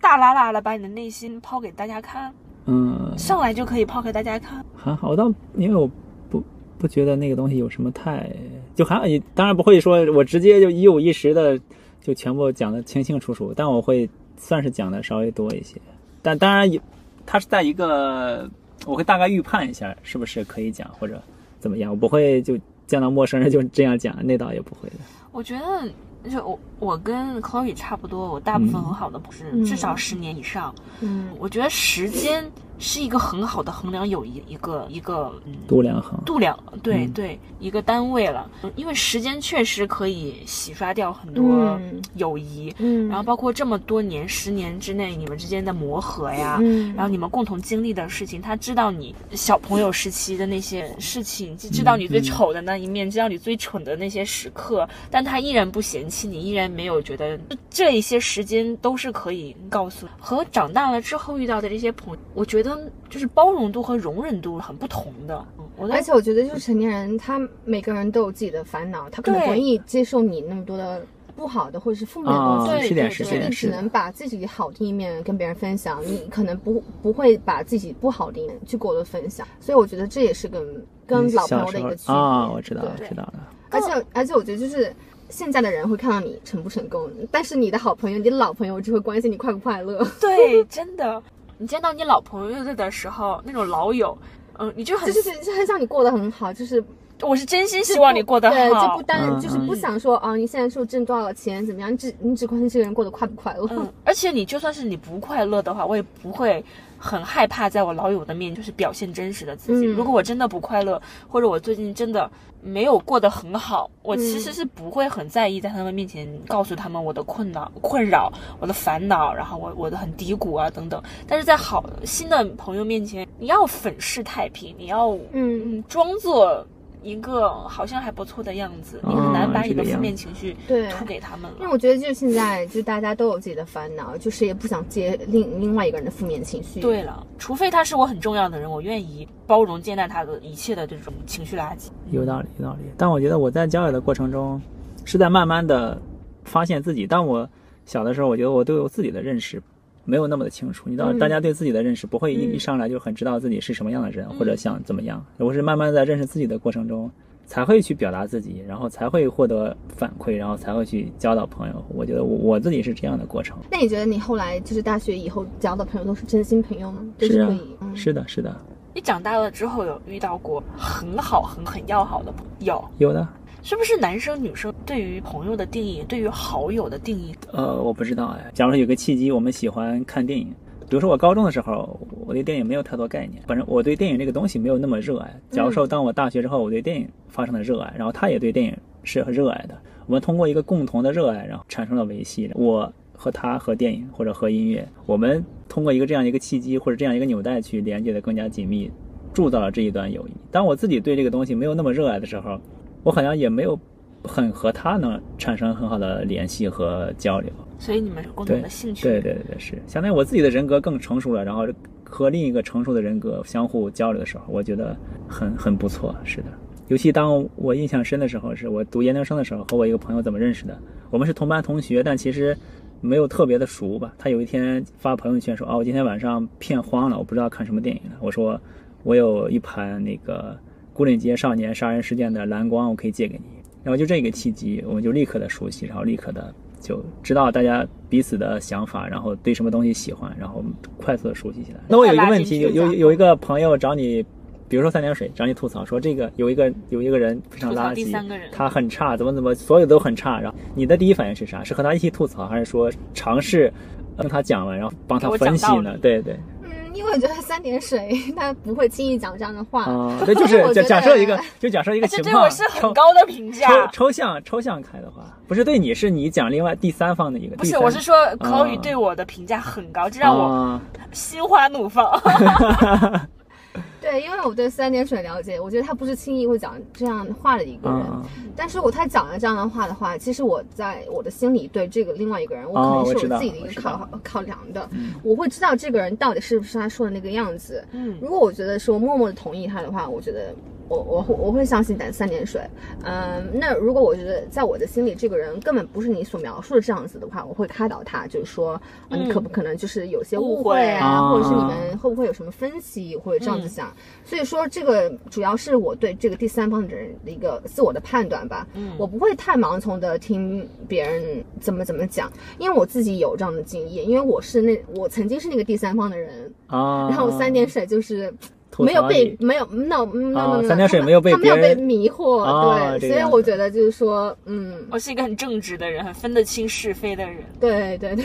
大啦啦的把你的内心抛给大家看，
嗯，
上来就可以抛给大家看，
还好，我倒因为我不不觉得那个东西有什么太就还也当然不会说我直接就一五一十的就全部讲的清清楚楚，但我会算是讲的稍微多一些。但当然有，它是在一个我会大概预判一下是不是可以讲或者怎么样，我不会就见到陌生人就这样讲，那倒也不会的。
我觉得。就我我跟 Chloe 差不多，我大部分
嗯
很好的不是、
嗯
至少十年以上，
嗯
我觉得时间是一个很好的衡量友谊一个一个嗯
度量衡，
度量，对、
嗯
对，一个单位了。因为时间确实可以洗刷掉很多
嗯
友谊，
嗯
然后包括这么多年、十年之内你们之间的磨合呀。
嗯，
然后你们共同经历的事情，他知道你小朋友时期的那些事情，就知道你最
嗯
丑的那一面，知道你最蠢的那些时刻，但他依然不嫌弃你，依然没有觉得就这一些时间都是可以告诉和长大了之后遇到的这些朋友，我觉得就是包容度和容忍度很不同的。嗯我
而
的
且我觉得，就是成年人，他每个人都有自己的烦恼，他可能
对
不愿意接受你那么多的不好的或者是负面的
啊
东西，
是
对对
点是
对
这
你
点
只
是的
能把自己好的一面跟别人分享，你可能不不会把自己不好的一面去过多分享，所以我觉得这也是跟跟老朋友的一个区
小时
别
候啊，我知道了，
对
知道了。
而且而且我觉得就是。现在的人会看到你成不成功，但是你的好朋友、你的老朋友只会关心你快不快乐，
对，真的，你见到你老朋友的时候，那种老友，嗯，你就很
哎
就是就很想你过得很好，就是
我是真心希望你过得
对，就
好
不。单
嗯
就是不
嗯
想说啊，你现在是挣多少钱怎么样，只你只关心这个人过得快不快乐。
嗯， 而且你就算是你不快乐的话，我也不会很害怕在我老友的面就是表现真实的自己。
嗯
如果我真的不快乐，或者我最近真的没有过得很好，我其实是不会很在意在他们面前告诉他们我的困扰、困扰、我的烦恼，然后我我的很低谷啊等等。但是在好新的朋友面前，你要粉饰太平，你要
嗯，
嗯装作。一个好像还不错的样子，你很
哦
难把
这
你的
个
负
样
面
子
情绪
对
吐给他们了。
因为我觉得就是现在，就大家都有自己的烦恼，就谁也不想接另另外一个人的负面情绪。
对了，除非他是我很重要的人，我愿意包容接纳他的一切的这种情绪垃圾。
有道理，有道理。但我觉得我在交友的过程中，是在慢慢的发现自己。当我小的时候，我觉得我对我自己的认识没有那么的清楚。你知道，
嗯
大家对自己的认识不会一、
嗯
一上来就很知道自己是什么样的人、或者想怎么样。我是慢慢在认识自己的过程中，才会去表达自己，然后才会获得反馈，然后才会去交到朋友。我觉得我我自己是这样的过程。
那你觉得你后来就是大学以后交的朋友都是真心朋友吗？都
是
是
啊
可以，嗯
是的，是的，
你长大了之后有遇到过很好、很很要好的朋友，
有的。
是不是男生女生对于朋友的定义，对于好友的定义？
呃，我不知道哎。假如说有个契机，我们喜欢看电影，比如说我高中的时候，我对电影没有太多概念，反正我对电影这个东西没有那么热爱。假如说当我大学之后，我对电影发生了热爱，然后他也对电影是很热爱的，我们通过一个共同的热爱，然后产生了维系。我和他和电影或者和音乐，我们通过一个这样一个契机或者这样一个纽带去连接的更加紧密，铸造了这一段友谊。当我自己对这个东西没有那么热爱的时候，我好像也没有很和他能产生很好的联系和交流。
所以你们有共同
对
的兴趣，
对对对对，是相当于我自己的人格更成熟了，然后和另一个成熟的人格相互交流的时候，我觉得很很不错。是的，尤其当我印象深的时候，是我读研究生的时候，和我一个朋友怎么认识的？我们是同班同学，但其实没有特别的熟吧。他有一天发朋友圈说：“啊，我今天晚上片荒了，我不知道看什么电影了。”我说：“我有一盘那个《牯岭街少年杀人事件》的蓝光，我可以借给你。”然后就这个契机，我们就立刻的熟悉，然后立刻的就知道大家彼此的想法，然后对什么东西喜欢，然后快速的熟悉起来。那我有一个问题，有有有一个朋友找你，比如说三点水找你吐槽说这个有一个有一个人非常
吐槽
垃
第
圾
三个人，
他很差，怎么怎么，所有都很差。然后你的第一反应是啥？是和他一起吐槽，还是说尝试呃跟他讲完，然后帮他
给我讲
分析
道
呢
理？
对对
嗯，因为我觉得三点水他不会轻易讲这样的话。
啊，对，就
我
是
觉
假
得
假设 一个，就假设一个
而且
情
对
况
我是很高的评价。
抽抽象抽象开的话，不是对你，是你讲另外第三方的一个。
不
第
是，
三
我是说 c o
啊
对我的评价很高，这让我
啊
心花怒放。
对，因为我对三点水了解，我觉得他不是轻易会讲这样话的一个人。
啊
但是我他讲了这样的话的话，其实我在我的心里对这个另外一个人，我
哦
肯定
我
是
知道
自己的一
我知
个
道嗯
考考量的，我会知道这个人到底是不是他说的那个样子。
嗯，
如果我觉得说默默的同意他的话，我觉得我我会我会相信三三点水。嗯，那如果我觉得在我的心里这个人根本不是你所描述的这样子的话，我会开导他，就是说、啊
嗯
你可不可能就是有些
误
误
会嗯
会啊，
啊
或者是你们会不会有什么分歧，或者这样子想。所以说这个主要是我对这个第三方的人的一个自我的判断吧。
嗯
我不会太盲从的听别人怎么怎么讲，因为我自己有这样的经验，因为我是那我曾经是那个第三方的人。
啊！
然后三点水就是
吐槽
没有被
你啊
没有 no no no
三点水没有被
他没有
别人
被迷惑，
啊这
对，
个
所以
样
我
子
觉得就是说，嗯，
我是一个很正直的人，很分得清是非的人，
对对对，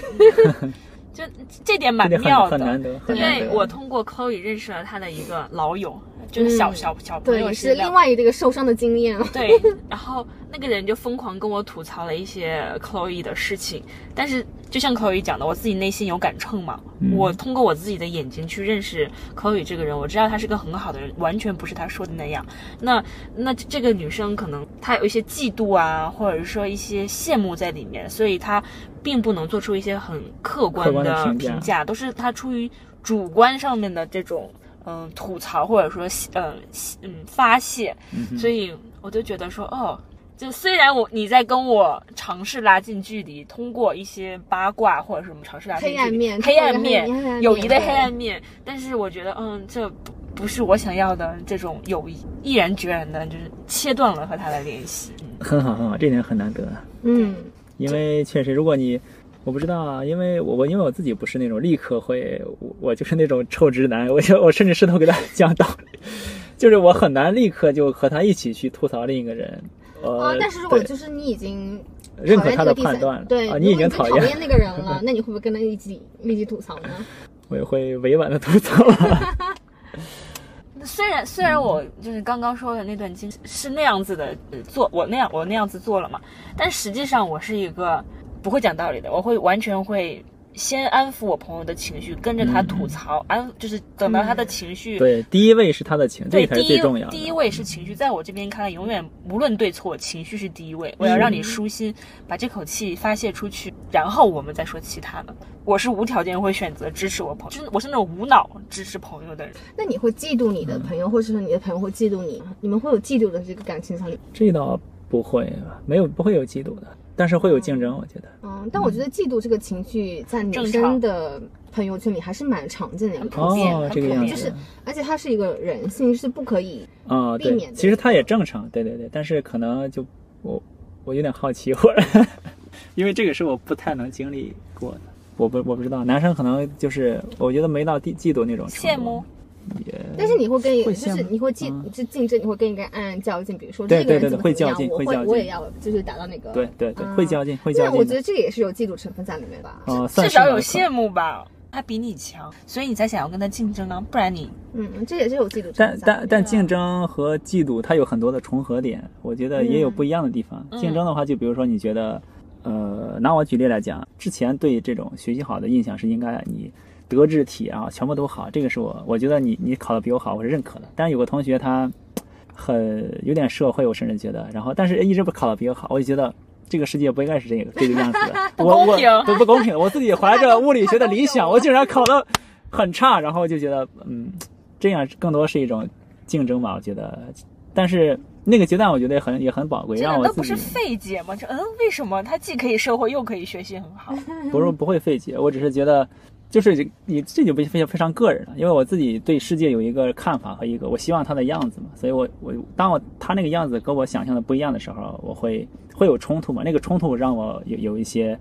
就这点蛮
这个
妙
很很
的。
难得，很
因
难
为
得。
我通过 Chloe 认识了他的一个老友，就是小、
嗯
小小朋
对
友
也是
两
另外一个受伤的经验，啊
对，然后那个人就疯狂跟我吐槽了一些 Chloe 的事情，但是就像 Chloe 讲的，我自己内心有杆秤嘛，
嗯
我通过我自己的眼睛去认识 Chloe 这个人，我知道她是个很好的人，完全不是她说的那样。那那这这个女生可能她有一些嫉妒啊，或者是说一些羡慕在里面，所以她并不能做出一些很客观
客观的
的
评价
评价，都是她出于主观上面的这种。嗯，吐槽或者说嗯嗯发泄，
嗯哼
所以我就觉得说，哦，就虽然我你在跟我尝试拉近距离，通过一些八卦或者什么尝试拉近距
黑
离，
暗面，
黑暗
黑暗面
友谊的黑暗
对
面，但是我觉得，嗯，这不不是我想要的这种友谊，毅然决然的就是切断了和他的联系。嗯
很好很好，这点很难得。
嗯，
因为确实，如果你我不知道啊，因为我我因为我自己不是 那种立刻会，我我就是那种臭直男，我就我甚至试图给他讲道理，就是我很难立刻就和他一起去吐槽另一个人。
啊
呃，，
但是如果
对
就是你已经
认
讨
可
厌
他
那个
的
第
判
三，
断了，
对，
啊，
如
你
果
已经
你
讨
讨
厌，
厌那个人了， 那你会不会跟他一起立即吐槽呢？
我也会委婉的吐槽。
虽然虽然我就是刚刚说的那段经是那样子的呃做，我那样我那样子做了嘛，但实际上我是一个不会讲道理的，我会完全会先安抚我朋友的情绪，跟着他
嗯
吐槽，安就是等到他的情绪。
对，第一位是他的情，这
对，
个才
第
是
一
最重要的。
第一位是情绪，在我这边看来，永远无论对错，情绪是第一位。我要
嗯
让你舒心，把这口气发泄出去，然后我们再说其他的。我是无条件会选择支持我朋友，就是我是那种无脑支持朋友的人。
那你会嫉妒你的朋友，
嗯
或者是你的朋友会嫉妒你吗，你们会有嫉妒的这个感情上里。
这倒不会，没有不会有嫉妒的，但是会有竞争，我觉得。
嗯，但我觉得嫉妒这个情绪在女
正
生
常
的朋友圈里还是蛮常见的一个
普
东西，
遍
哦，
很
这个
普
样
遍
子。
就是而且它是一个人性，是不可以。
啊、
避
对
免，的
其实它也正常，对对对，但是可能就我我有点好奇会儿，因为这个是我不太能经历过的，我不我不知道，男生可能就是我觉得没到地嫉妒那种程度，
羡慕，
也
但是你会跟，就
会羡慕
是你会竞，
嗯
就竞争，你会跟一个人暗暗较劲。比如说
对
这个人
对对
怎么
会
怎么
较劲
样，我
会较
会我也
劲
要就是达到那个。
对对对，
啊
会较劲，会较
那
劲的，
我觉得这个也是有嫉妒成分在里面吧。
啊、算是
至少有
吧
羡慕吧。他比你强，所以你才想要跟他竞争啊，不然你
嗯，这也是有嫉妒成分在
但
里面。
但但竞争和嫉妒它有很多的重合点，我觉得也有
嗯
不一样的地方。
嗯
竞争的话，就比如说你觉得，呃，拿我举例来讲，之前对这种学习好的印象是应该你德智体啊全部都好，这个是我我觉得你你考的比我好，我是认可的。但是有个同学他很有点社会，我甚至觉得，然后但是一直不考的比我好，我就觉得。这个世界不应该是这个这个样子的，
不
我
公平
我不不公平。我自己怀着物理学的理
太公平
想，
了
我竟然考的很差，然后就觉得嗯，这样更多是一种竞争吧，我觉得。但是那个阶段，我觉得也很也很宝贵，
这
让
难
我
道
啊自
不
己
是费解吗？就嗯，为什么他既可以社会又可以学习很好？
不是不会费解，我只是觉得，就是你这就非非非常个人了，因为我自己对世界有一个看法和一个我希望他的样子嘛，所以我我当我他那个样子跟我想象的不一样的时候，我会会有冲突嘛，那个冲突让我有有一些，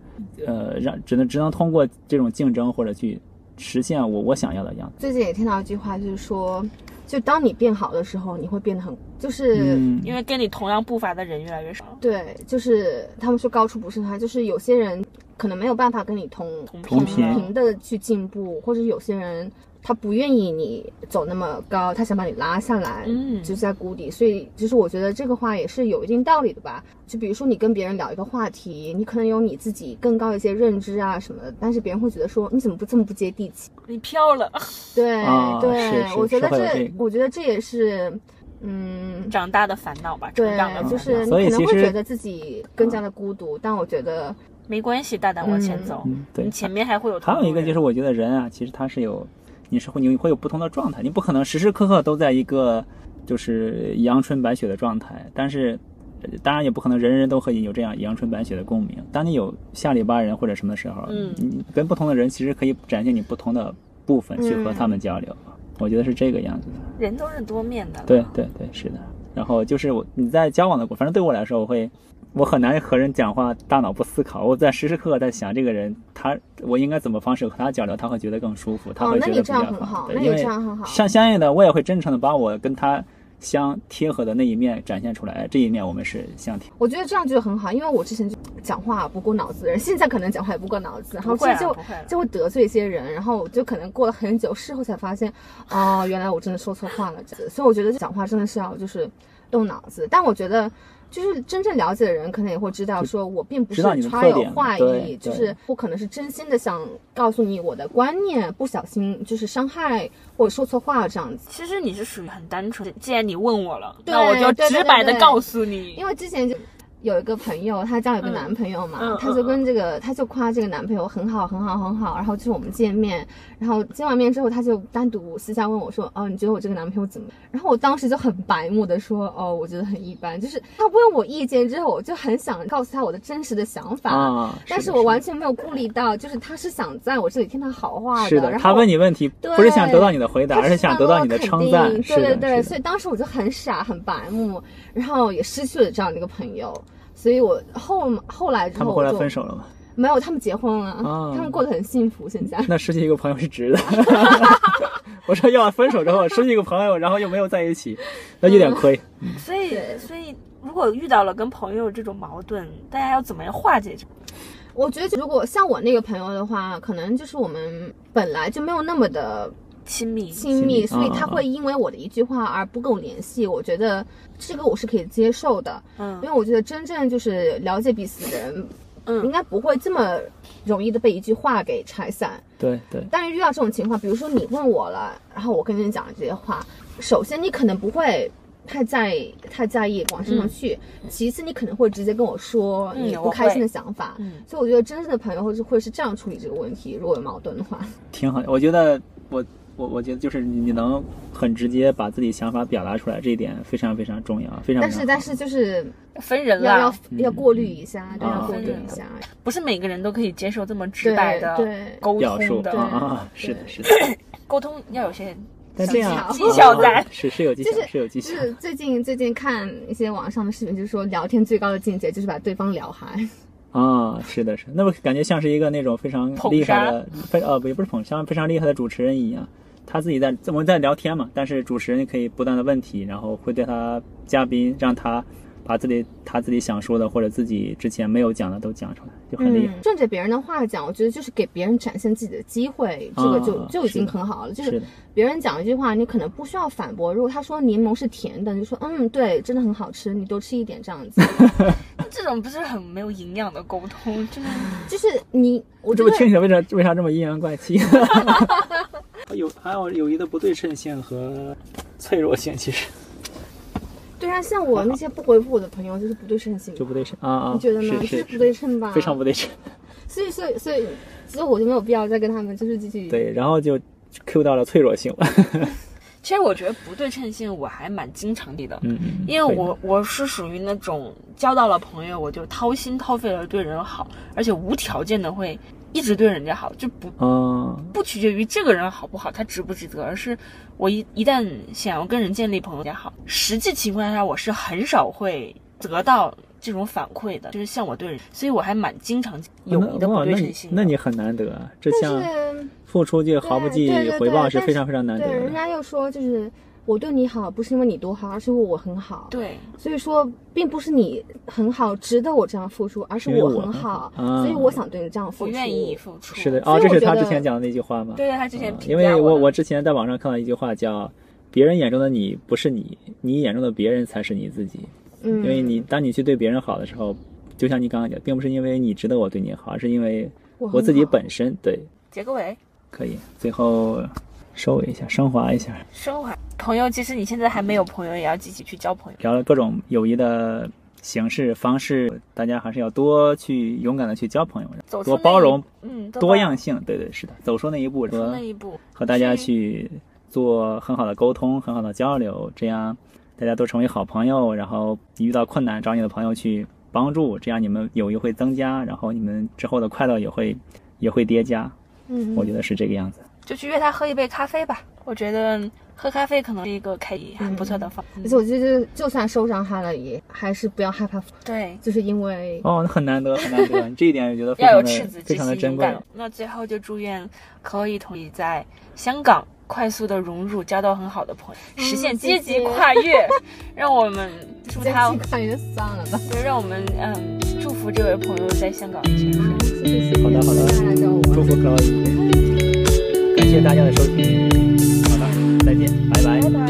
呃，让只能只能通过这种竞争或者去实现我我想要的样子。
最近也听到一句话，就是说，就当你变好的时候，你会变得很，就是、
嗯，
因为跟你同样步伐的人越来越少。
对，就是他们说高处不胜寒，就是有些人可能没有办法跟你同
同
频
频的去进步，或者有些人他不愿意你走那么高，他想把你拉下来，
嗯
就是在谷底。所以，就是我觉得这个话也是有一定道理的吧。就比如说你跟别人聊一个话题，你可能有你自己更高一些认知啊什么的，但是别人会觉得说你怎么不这么不接地气？
你飘了，
对、
啊
对
是，是
我觉
是
得
会有
这，
这个
我觉得这也是，嗯，
长大的烦恼吧，成
对
长的烦恼。，
就是你
所以
可能
其
会
实
觉得自己更加的孤独，但我觉得，
没关系，大胆往前走，
嗯，对
你。前面还会有。
还有一个就是，，我觉得人啊，其实他是有，你是会你会有不同的状态，你不可能时时刻刻都在一个就是阳春白雪的状态，但是。呃当然也不可能人人都和你有这样阳春白雪的共鸣。当你有下里巴人或者什么的时候，
嗯
你跟不同的人其实可以展现你不同的部分，去
嗯
和他们交流。我觉得是这个样子的。
人都是多面的。
对，对对，是的。然后就是我你在交往的过，反正对我来说，我会我很难和人讲话，大脑不思考，我在时时刻刻在想这个人，他我应该怎么方式和他交流，他会觉得更舒服，他
哦
会，
那
觉
你
得比
这
较
样很好，
对
那你
因
这
为
样很好，
相相应的，我也会真诚的把我跟他相贴合的那一面展现出来，这一面我们是相贴。
我觉得这样就很好，因为我之前就讲话不过脑子的人，现在可能讲话也不过脑子，然后其
不会
实
了，
就
不会了。啊
就会得罪一些人，然后我就可能过了很久，事后才发现，哦，原来我真的说错话了。所以我觉得讲话真的是要就是动脑子，但我觉得。就是真正了解的人，可能也会知道，说我并不是
知道你的
揣
特
有
点
坏
对
意，
对
就是我可能是真心的想告诉你我的观念，不小心就是伤害或者说错话这样子。
其实你是属于很单纯的，既然你问我了，
对
那我就
对对
直白
对
的
对
告诉你。
因为之前就有一个朋友，她交了一个
嗯
男朋友嘛，
嗯嗯
她就跟这个，她就夸这个男朋友很好，很好，很好。然后就是我们见面，然后见完面之后，她就单独私下问我说：“哦，你觉得我这个男朋友怎么样？”然后我当时就很白目的说：“哦，我觉得很一般。”就是她问我意见之后，我就很想告诉她我的真实的想法。
啊，
但
是
是
的
我
的
完全没有顾虑到，就是她是想在我这里听她好话
是的，
然后
他问你问题，
对
不是想得到你的回答，
他
而是想得到你的称赞。
肯定
是
对
的，
对对，
是
所
的
以当时我就很傻很白目，然后也失去了这样的一个朋友。所以我后后来之
他
后
们后
我
来
就
分手了吗？
没有，他们结婚了，
啊
他们过得很幸福。现在
那失去一个朋友是值的。 我说要分手之后是一个朋友，然后又没有在一起，那有点亏。
所以
对
所以如果遇到了跟朋友这种矛盾，大家要怎么样化解这？
我觉得如果像我那个朋友的话，可能就是我们本来就没有那么的
亲密，
亲
密
密，所以
啊
他
啊啊
会因为我的一句话而不跟我联系。我觉得这个我是可以接受的，
嗯
因为我觉得真正就是了解彼此的人，应
嗯
该不会这么容易的被一句话给拆散。
对对，
但是遇到这种情况，比如说你问我了，然后我跟你讲了这些话，首先你可能不会。太在意，太在意，往身上去。其次，你可能会直接跟我说
嗯
你
我
不开心
会
的想法，
嗯，
所以我觉得真正的朋友会是会是这样处理这个问题，如果有矛盾的话。
挺好的。我觉得我我我觉得就是你能很直接把自己想法表达出来，这一点非常非常重要，非常
但
非常好。
是但是就是
分人
要要
啦，
要过滤一下，对，
啊
要过滤
对
一下，
不是每个人都可以接受这么直
对
白的
对。
沟
表述
通的
啊，啊，是的，
对
是的。
沟通要有些
但这样
小技
巧技巧
啊
咱
是是有技巧
就是，
是有技
就
巧。
是最近最近看一些网上的视频，就是说聊天最高的境界就是把对方聊嗨。
啊，是的，是的，那不感觉像是一个那种非常
捧
厉害
杀
的，非呃不也不是捧杀，非常厉害的主持人一样，他自己在我们在聊天嘛，但是主持人可以不断的问题，然后会对他嘉宾让他把自己他自己想说的或者自己之前没有讲的都讲出来，就很厉害。
顺着别人的话讲，我觉得就是给别人展现自己的机会，这个就、
啊
就已
是
经
的
很好了。
嗯
就是
的，
别人讲一句话，你可能不需要反驳。如果他说柠檬是甜的，你就说嗯对，真的很好吃，你多吃一点这样 子。
这种不是很没有营养的沟通， 就是
就是你，我
这
觉
不
得
听起来为啥为啥这么阴阳怪气？有还有友谊的不对称性和脆弱性，其实
对啊，像我那些不回复我的朋友，就是不对称性。
就不对称啊啊，
你觉得呢？
是
就是不对称啊吧？
非常不对称。
所以，所以，所以，所以我就没有必要再跟他们就是继续。
对，然后就 Q 到了脆弱性了。
其实我觉得不对称性我还蛮经常的，
嗯嗯，
因为
会的
我我是属于那种交到了朋友我就掏心掏肺的对人好，而且无条件的会一直对人家好，就不
啊，
不取决于这个人好不好，他值不值得，而是我一一旦想要跟人建立朋友也好，实际情况下我是很少会得到这种反馈的，就是像我对人，所以我还蛮经常友谊的不
哇
对
那
称
你
性的
那你很难得，啊，这
但
项
是，
付出就毫不计
对对对
回报
但是
非常非常难得
对人
的。
家又说就是。我对你好，不是因为你多好，而是因为我很好。，
对，
所以说，并不是你很好值得我这样付出，而是
因为我
很
很
好，
好啊
所以我想对你这样付
我
出。
愿意付出。
是的，
所
哦，
以
这
我
是
觉
他之
得
前讲的那句话吗？
对，他之前
啊
评
因为
价
我
我
我之前在网上看到一句话叫“别人眼中的你不是你，你眼中的别人才是你自己”，
嗯，
因为你当你去对别人好的时候，就像你刚刚讲，并不是因为你值得我对你好，而是因为
我很
我自己
好
本身对。
结个尾，
可以，最后收尾一下，升华一下。
升华朋友，即使你现在还没有朋友，也要积极去交朋友。
聊了各种友谊的形式方式，大家还是要多去勇敢的去交朋友，
走出
多
那
包
一
容，
嗯，
多样性。对对，是的，走出那一步，
走出
和
那一步，
和大家去做很好的沟通，很好的交流，这样大家都成为好朋友。然后你遇到困难找你的朋友去帮助，这样你们友谊会增加，然后你们之后的快乐也会也会叠加。
嗯，
我觉得是这个样子。
就去约他喝一杯咖啡吧。我觉得喝咖啡可能是一个开很不错的方
嗯
法。嗯
而且我觉得，就算受伤害了，也还是不要害怕，
对，
就是因为
哦，很难得，很难 得，这一点我觉得非
要有
常
赤
的
子之
非常的
心，
珍
勇
贵。
敢。那最后就祝愿可以同你在香港快速的融入，交到很好的朋友，
嗯
实现
谢
阶
谢
级跨 越。让我们祝
这
他
句，快乐算了吧。
对让我们嗯祝福这位朋友在香港的前程。
谢谢，谢谢
好的好的
大家来找我玩
祝福各位，感谢大家的收听。好的，再见，拜拜
拜拜。